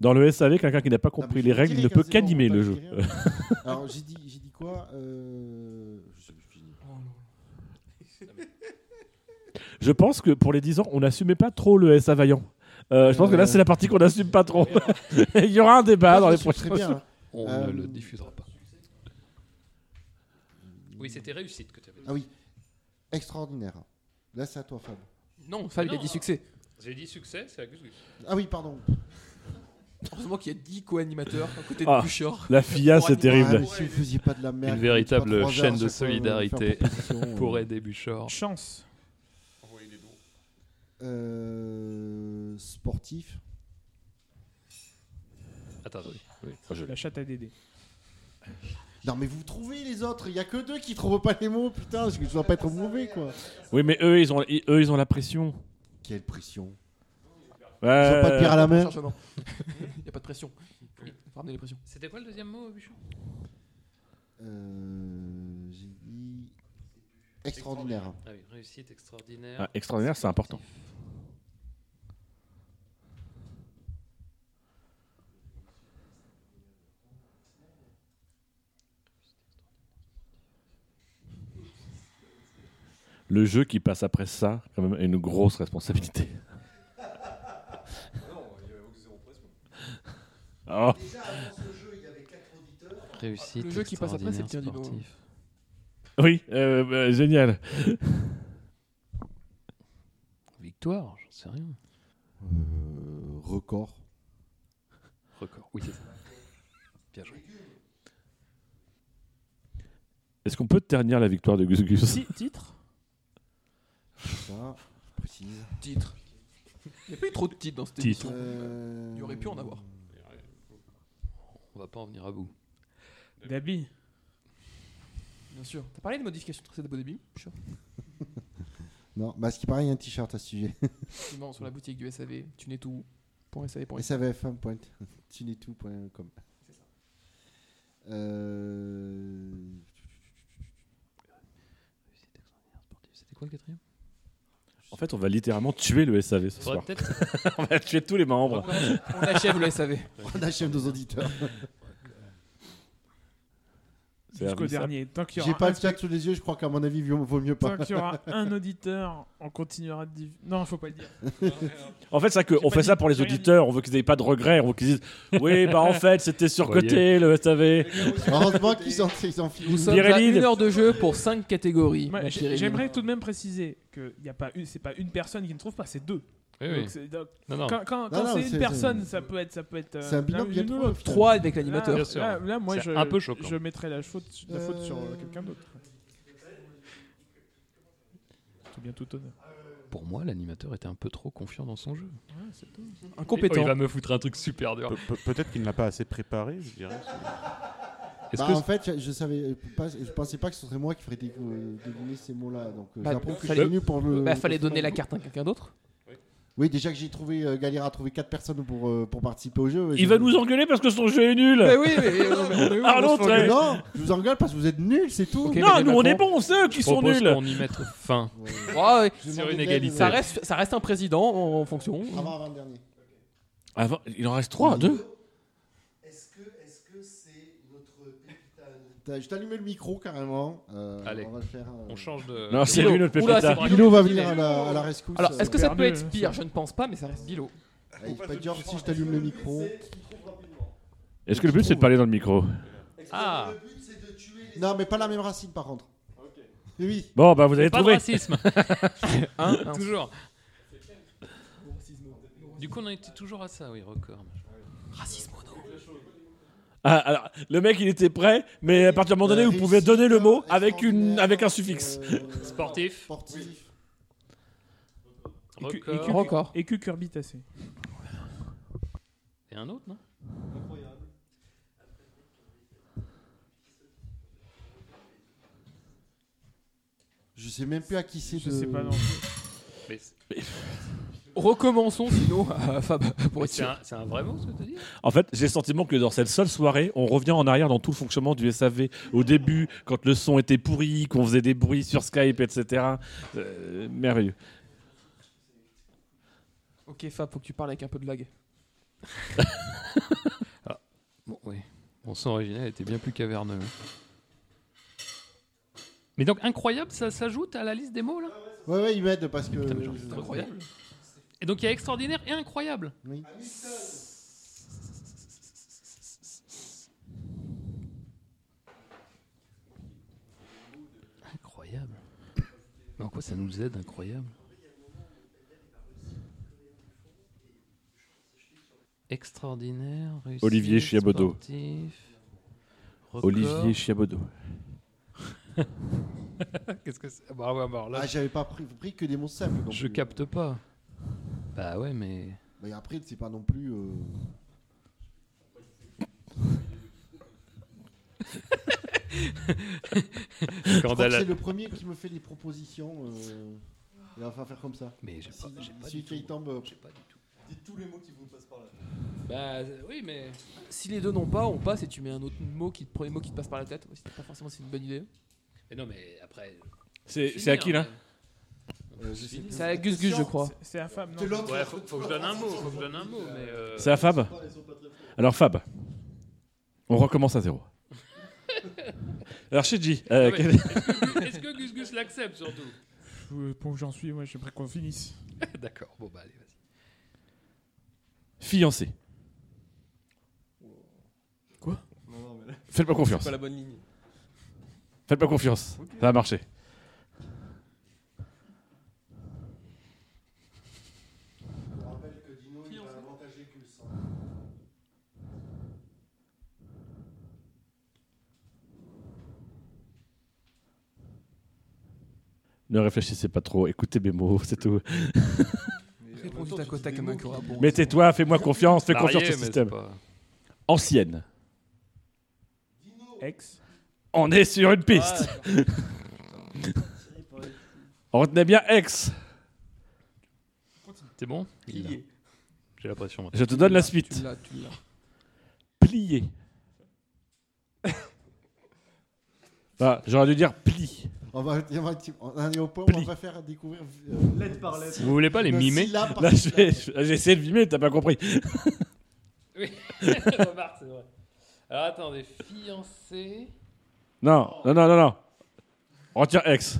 Dans le SAV, quelqu'un qui n'a pas compris les règles ne peut qu'animer le jeu.
hein. Alors j'ai dit, j'ai dit quoi euh... je sais plus, j'ai dit-
Je pense que pour les 10 ans, on n'assumait pas trop le SA Vaillant. Euh, je pense que là,
Euh.
c'est la partie qu'on n'assume pas trop. Il y aura un débat dans
Ah,
les
je suis
prochaines
très bien. hein.
On
Euh,
ne le diffusera pas. Oui, c'était réussite que tu avais dit.
Ah oui, extraordinaire. Là c'est à toi Fab.
Non, Fab, il a
Non.
dit succès.
J'ai dit succès, c'est à Gus Gus.
Ah oui, pardon.
Heureusement qu'il y a 10 co-animateurs à côté
Ah.
de Bûcher.
La FIA, c'est
Ouais,
Ah,
terrible.
mais si vous faisiez pas de la merde.
Une véritable
pas trois heures
chaîne
à
de
chaque fois, euh, faire
solidarité
proposition,
Pour
euh.
aider Buchor.
Chance.
Euh, sportif.
Attends, oui. Ah,
La chatte à Dédé.
Non mais vous trouvez les autres, il y a que deux qui trouvent pas les mots, putain, je, je dois pas être mauvais quoi.
Oui, mais eux, ils ont, ils- eux, ils ont la pression.
Quelle pression. Ils
Ouais.
ont pas de pierre à la main.
Euh,
Chargement. Il n'y a pas de pression. Il faut ramener les pressions.
C'était quoi le deuxième mot, Buchor
Euh, j'ai dit extraordinaire.
Ah oui, réussite extraordinaire.
Ah, extraordinaire, c'est important. Le jeu qui passe après ça, quand même, est une grosse responsabilité. Oh,
Réussite
Le jeu qui passe après, c'est bien
extraordinaire,
dit, non.
sportif.
oui, euh, euh, génial.
Victoire, j'en sais rien.
Euh, record.
Record, oui, c'est ça. Bien joué.
Est-ce qu'on peut ternir la victoire de Gus Gus
Ti- titre
Ça, je précise.
Titre. Il n'y a pas eu trop de titres dans cette
Titre.
émission.
Euh,
Il y aurait pu en avoir.
On va pas en venir à bout.
Dabi.
Bien sûr. T'as parlé des modifications de tracé de Bodébim Bûcher
Non, bah ce qui paraît, il y a un t-shirt à ce sujet.
Effectivement, sur la boutique du SAV, tu n'es tout. Point SAV, point
hein, savf1.tunetou.com. Euh,
Réussite extraordinaire, sportif. C'était quoi le quatrième
En fait, on va littéralement tuer le SAV ce
Faudrait
soir.
peut-être.
on va tuer tous les membres.
On achève le SAV.
on achève nos auditeurs.
C'est
Jusqu'au
Hervé, ça.
dernier. Tant qu'il y
J'ai
aura
pas
un
le chat sous les yeux, je crois qu'à mon avis, vaut vaut mieux pas.
Tant qu'il y aura un auditeur, on continuera de div- Non, faut pas le dire.
En fait, ça que, on
pas
fait
dit-
ça pour les
j'ai rien
auditeurs, on veut qu'ils n'aient pas de regrets, on veut qu'ils disent Oui, bah en fait, c'était surcoté le SAV.
Heureusement qu'ils ont, ils ont fini.
Nous sommes à
Pirelli,
une
le-
heure de jeu pour 5 catégories.
Moi,
ma
j'ai-
Pirelli.
J'aimerais tout de même préciser que y a pas une, c'est pas une personne qui ne trouve pas, c'est deux.
Oui, oui.
Donc, c'est- donc,
Non, non.
Quand, quand-
Non,
quand
non,
c'est
c'est-
une personne,
c'est-
ça peut être, ça peut être. euh,
C'est un binôme,
l'un
il y a
ou
trois,
l'autre.
Trois avec l'animateur. Bien
Là-
sûr.
Là, là, moi,
C'est
je,
un peu choquant.
je mettrais la faute, la faute sur euh, quelqu'un d'autre. Tout bien tout honneur.
Pour moi, l'animateur était un peu trop confiant dans son jeu.
Ah,
Incompétent.
Et- oh, il va me foutre un truc super dur.
Pe- pe- Peut-être qu'il ne l'a pas assez préparé, je dirais.
Bah, En fait, je, je savais pas, je pensais pas que ce serait moi qui ferais déco- deviner ces mots-là. Donc, euh,
Bah,
j'apprends que
fallait-
j'ai venu pour le.
bah, fallait donner la carte à quelqu'un d'autre.
Oui, déjà que j'ai trouvé euh, galère à trouver 4 personnes pour, euh, pour participer au jeu.
Il va nous engueuler parce que son jeu est nul.
Mais
Mais oui, mais- on- on est où, Arnaud, on se fait engueuler.
non, je vous engueule parce que vous êtes nuls, c'est tout.
Ok, Non, mais nous, on Macron. est bons, c'est eux
Je propose qu'on y mette fin.
Ouais, ouais.
Sur une égalité.
Ça reste, ça reste un président en, en fonction.
Avant, avant le dernier.
Avant, il en reste 3, 2
Est-ce que est-ce que c'est notre pépite à nous
T'as- Je t'allume le micro carrément. Euh,
Allez.
On va le faire. euh,
On change de.
Non, c'est lui, notre
Oula,
pépita.
c'est
Bilo va venir à la, à la rescousse.
Alors, est-ce que ça peut
Perdu,
être
euh,
pire Je ne pense pas, mais ça reste Bilo.
Ah, Il peut dire si je t'allume le micro.
Est-ce que le but c'est de parler dans le micro
Ah
Non, mais pas la même racine par contre. Oui.
Bon, bah vous avez
Pas de
trouvé.
racisme.
Hein,
hein. Toujours. Du coup, on en était toujours à ça, oui, record. Racisme
Ah, alors, le mec il était prêt, mais à partir d'un moment donné, vous pouvez donner le mot avec, une, avec un suffixe.
Sportif.
euh, Sportif.
Et
Record.
que- Et que cucurbitacé.
Et un autre, non
Je sais même plus à qui c'est.
Je
de-
sais pas non.
Mais
Recommençons sinon à Fab pour
Mais
être
c'est
sûr.
un, c'est un vrai mot, ce que tu dis
En fait, j'ai le sentiment que dans cette seule soirée, on revient en arrière dans tout le fonctionnement du SAV. Au début, quand le son était pourri, qu'on faisait des bruits sur Skype, etc. Euh, merveilleux.
Ok, Fab, faut que tu parles avec un peu de lag.
Bon, oui. Mon son original était bien plus caverneux. Mais donc, incroyable, ça s'ajoute à la liste des mots, là
Ouais, ouais, il m'aide parce que.
Putain, mais genre, c'est incroyable. Et donc, il y a extraordinaire et incroyable.
Oui.
Incroyable. Mais en quoi ça nous aide, incroyable Extraordinaire, réussite,
Olivier Chiabodo.
sportif, record.
Olivier Chiabodo.
Qu'est-ce que c'est Bah ouais, bah alors là,
Ah, j'avais pas pris, pris que des mots simples.
je capte pas. Bah ouais, mais.
Mais après, c'est pas non plus. euh, Je crois que
Scandale.
c'est le premier qui me fait des propositions. euh, Il va falloir faire comme ça.
Mais j'ai pas-
Si-
j'ai pas
si
du tout.
il tombe.
J'ai pas du tout.
Dites tous les mots qui vous passent par là.
Bah euh, oui, mais.
Si les deux n'ont pas, on passe et tu mets un autre mot qui te prend les mots qui te passent par la tête. Ouais, C'est pas forcément c'est une bonne idée.
Mais non, mais après.
C'est
Finir,
c'est à qui là
euh, je sais plus.
C'est à Gus Gus, je crois.
C'est la femme,
C'est
non
l'autre.
Ouais, faut, faut que je donne un mot, faut que je donne un mot, mais. euh,
C'est à Fab Alors Fab, on recommence à zéro. Alors Shiji,
non,
euh,
Ah
mais
quel-
Est-ce que- est-ce que Gus Gus l'accepte surtout
Je- Bon, j'en suis, moi, j'aimerais qu'on finisse.
D'accord, bon bah allez, vas-y.
fiancé.
Quoi
Non, non, mais là,
Faites pas
c'est
confiance.
pas la bonne ligne.
Faites pas confiance. Ça va marcher.
Je vous rappelle que Dino il va avantager que le sang.
Ne réfléchissez pas trop. Écoutez mes mots, c'est tout.
Réponds du tac au tac à ma cura. Bon,
Mettez-toi, fais-moi confiance, fais
Marié,
confiance au
mais
système.
c'est pas-
Ancienne.
Ex.
On est sur une piste. Retenez bien X.
C'est bon
Il y est.
J'ai hein. la pression. maintenant.
Je te donne la
Tu
suite.
l'as, tu l'as.
Plié. Ah, J'aurais dû dire pli.
On va, on va, on en est au point où
Pli.
on va faire découvrir. euh,
Lettre par lettre.
Vous voulez pas les
Bah,
une
mimer
syllabe par
Là, je vais-
syllabe.
je- j'ai essayé de vimer, t'as pas compris.
Oui, remarque, c'est vrai. Alors attendez, fiancé.
Non, non, non, non, non. Retire X.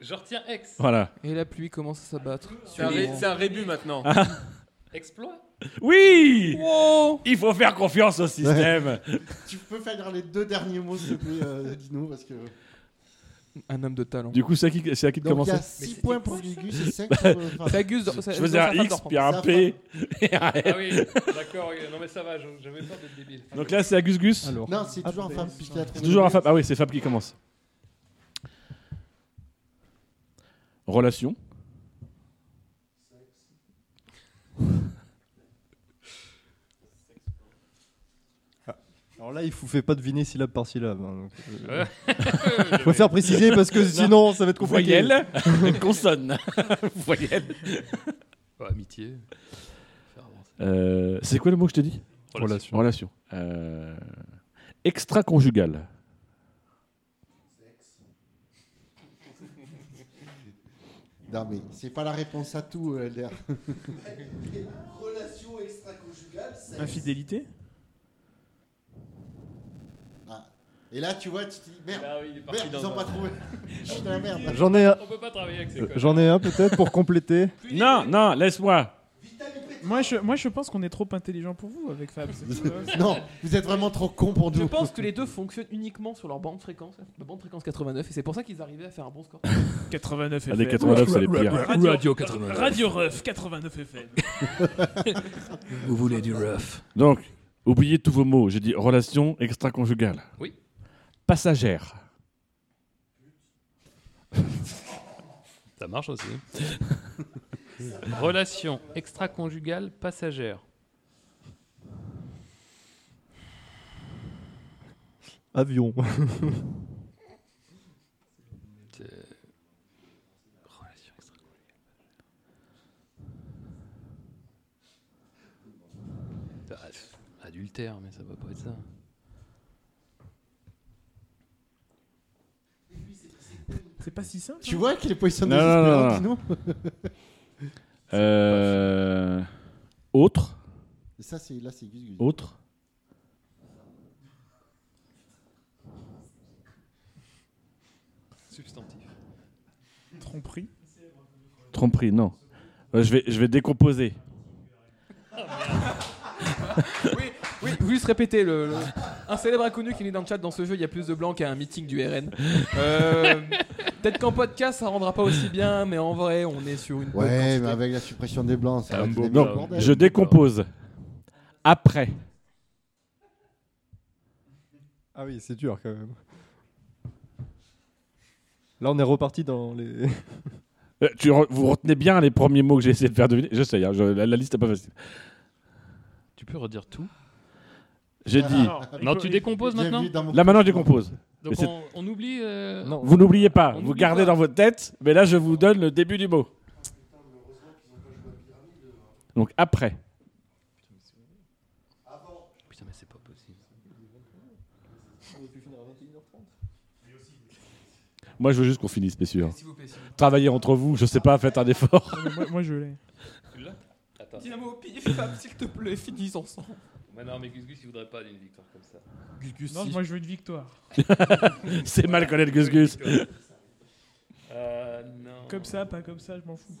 Je retiens ex.
Voilà.
Et la pluie commence à s'abattre.
C'est un, ré- c'est un rébut maintenant.
Ah, Exploit
Oui
Wow
Il faut faire confiance au système.
Tu peux faire les deux derniers mots, s'il te plaît, euh, Dino, parce que.
Un homme de talent.
Du coup, c'est à qui, c'est à qui de
Donc,
commencer
il y a six Mais c'est points pour Gus. Gugus et cinq pour, euh, Fab. C'est à Gus,
Je-
c'est-
Je
c'est
faisais
dans
un
sa femme
X,
d'enfant.
puis un
Sa
P.
femme.
et un F.
Ah oui, d'accord, ok. non mais ça va, je- j'avais peur d'être débile.
Donc là, c'est à Gus Gus.
Non, c'est toujours un femme puisqu'il a
C'est
trouvé.
toujours à Fab. Ah oui, c'est Fab qui commence. Relation.
Alors là, il vous fait pas deviner syllabe par syllabe. hein, donc, euh,
Ouais.
je préfère préciser parce que sinon, ça va être compliqué.
Voyelle, consonne. Voyelle.
Ouais, amitié.
Euh, c'est quoi le mot que je t'ai dit
Relation.
Relation. Euh, Extra-conjugal.
Non, mais c'est pas la réponse à tout, euh, LDR.
Relation extra-conjugale, sexe.
Infidélité
Ah. Et là, tu vois, tu te dis merde,
Ah oui, il est parti
merde ils
dans
ont
un-
pas trouvé. Putain, merde.
J'en ai un.
On peut pas travailler avec ces
Euh,
codes.
J'en ai un peut-être pour compléter.
Non, non, laisse-moi.
Moi je, moi, je pense qu'on est trop intelligent pour vous avec Fab. c'est tout, hein, c'est-
non, vous êtes vraiment trop con pour nous.
Je pense que les deux fonctionnent uniquement sur leur bande fréquence, la bande fréquence 89, et c'est pour ça qu'ils arrivaient à faire un bon score.
89 FM.
Ah, des 89, c'est les pires.
Radio,
Radio 89.
Radio Ref 89 FM.
Vous voulez du rough
Donc, oubliez tous vos mots. J'ai dit relation extra-conjugale.
Oui.
Passagère.
Ça marche aussi. Relation extra-conjugale passagère.
Avion.
Ah, Adultère, mais ça va pas être ça.
C'est pas si simple.
Tu
hein.
vois qu'il est positionné
Non, non, non,
désespérant,
non.
dis-nous.
Euh, Autre.
Et ça, c'est là, c'est Gus Gus.
Autre.
Substantif.
hein. Tromperie.
Tromperie, non. Euh, je, vais, je vais décomposer.
oui, oui, vous juste répétez le, le- un célèbre inconnu qui est dans le chat dans ce jeu, il y a plus de blanc qu'à un meeting du RN. Euh, Peut-être qu'en podcast ça rendra pas aussi bien, mais en vrai on est sur une bonne
Ouais,
quantité.
mais avec la suppression des blancs, ça va être des
Non,
bordel.
je décompose. Après.
Ah oui, c'est dur quand même. Là, on est reparti dans les.
Euh, tu re- vous retenez bien les premiers mots que j'ai essayé de faire deviner. J'essaye, hein, je- la, la liste n'est pas facile.
Tu peux redire tout
J'ai dit.
Ah.
Non, tu décomposes maintenant
Là maintenant, je décompose. Mais
Donc
c'est-
on, on oublie. euh,
Vous n'oubliez pas,
on
vous
oublie
gardez
pas.
dans votre tête, mais là je vous donne le début du mot. Donc après.
Putain, mais c'est pas possible.
Moi je veux juste qu'on finisse, messieurs.
S'il vous plaît, s'il vous plaît.
Travaillez entre vous, je sais pas, faites un effort.
Non, mais moi, moi, je l'ai.
Tu l'as Attends.
Dis un mot au pif, Fab, s'il te plaît, finis ensemble.
Mais non, mais Gus Gus, il voudrait pas d'une victoire comme ça.
Non, moi je veux une victoire.
C'est mal connaître Gus Gus.
Euh, non.
Comme ça, pas comme ça, je m'en fous.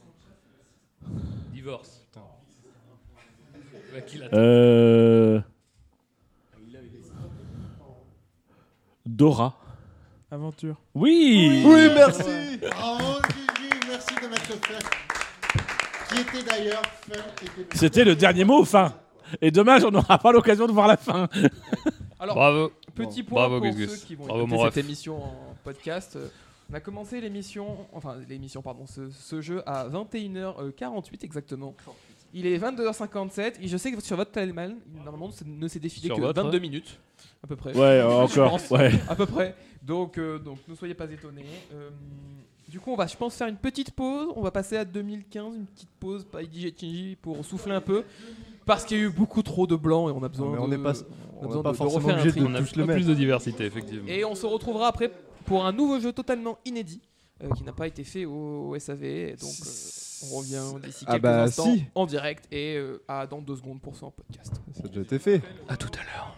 Divorce. Bah, qui l'attend
Euh... Dora.
Aventure.
Oui
Oui, merci
Bravo, Gugu, merci de mettre le fun. Qui était d'ailleurs fun, qui était-
C'était le dernier mot, fin. Et dommage, on n'aura pas l'occasion de voir la fin.
Alors,
Bravo.
Petit
Bon.
point
Bravo,
pour
Gus Gus.
ceux qui vont
Bravo,
écouter
mon ref.
cette émission en podcast. Euh, On a commencé l'émission, enfin l'émission, pardon, ce, ce jeu à 21h48 exactement. Il est 22h57 et je sais que sur votre timeline, normalement, ça ne s'est défilé
Sur
que
votre,
22
ouais.
minutes, à peu près.
Ouais, euh,
Je
encore,
pense,
ouais.
À peu près. Donc, euh, donc ne soyez pas étonnés. Euh, du coup, on va, je pense, faire une petite pause. On va passer à 2015, une petite pause, pas Shinji, pour souffler un peu. Parce qu'il y a eu beaucoup trop de blancs et on a besoin
Non, mais on
de-
n'est pas- on
on a
n'est
besoin
pas
de- de
forcément
refaire un
obligé de
tri.
On a tous le même.
Plus de diversité, effectivement.
Et on se retrouvera après pour un nouveau jeu totalement inédit euh, qui n'a pas été fait au, au SAV. Et Donc euh, on revient d'ici
Ah
quelques
bah
instants
si.
en direct et euh, à dans deux secondes pour ça en podcast.
Ça a déjà été fait.
À tout à l'heure.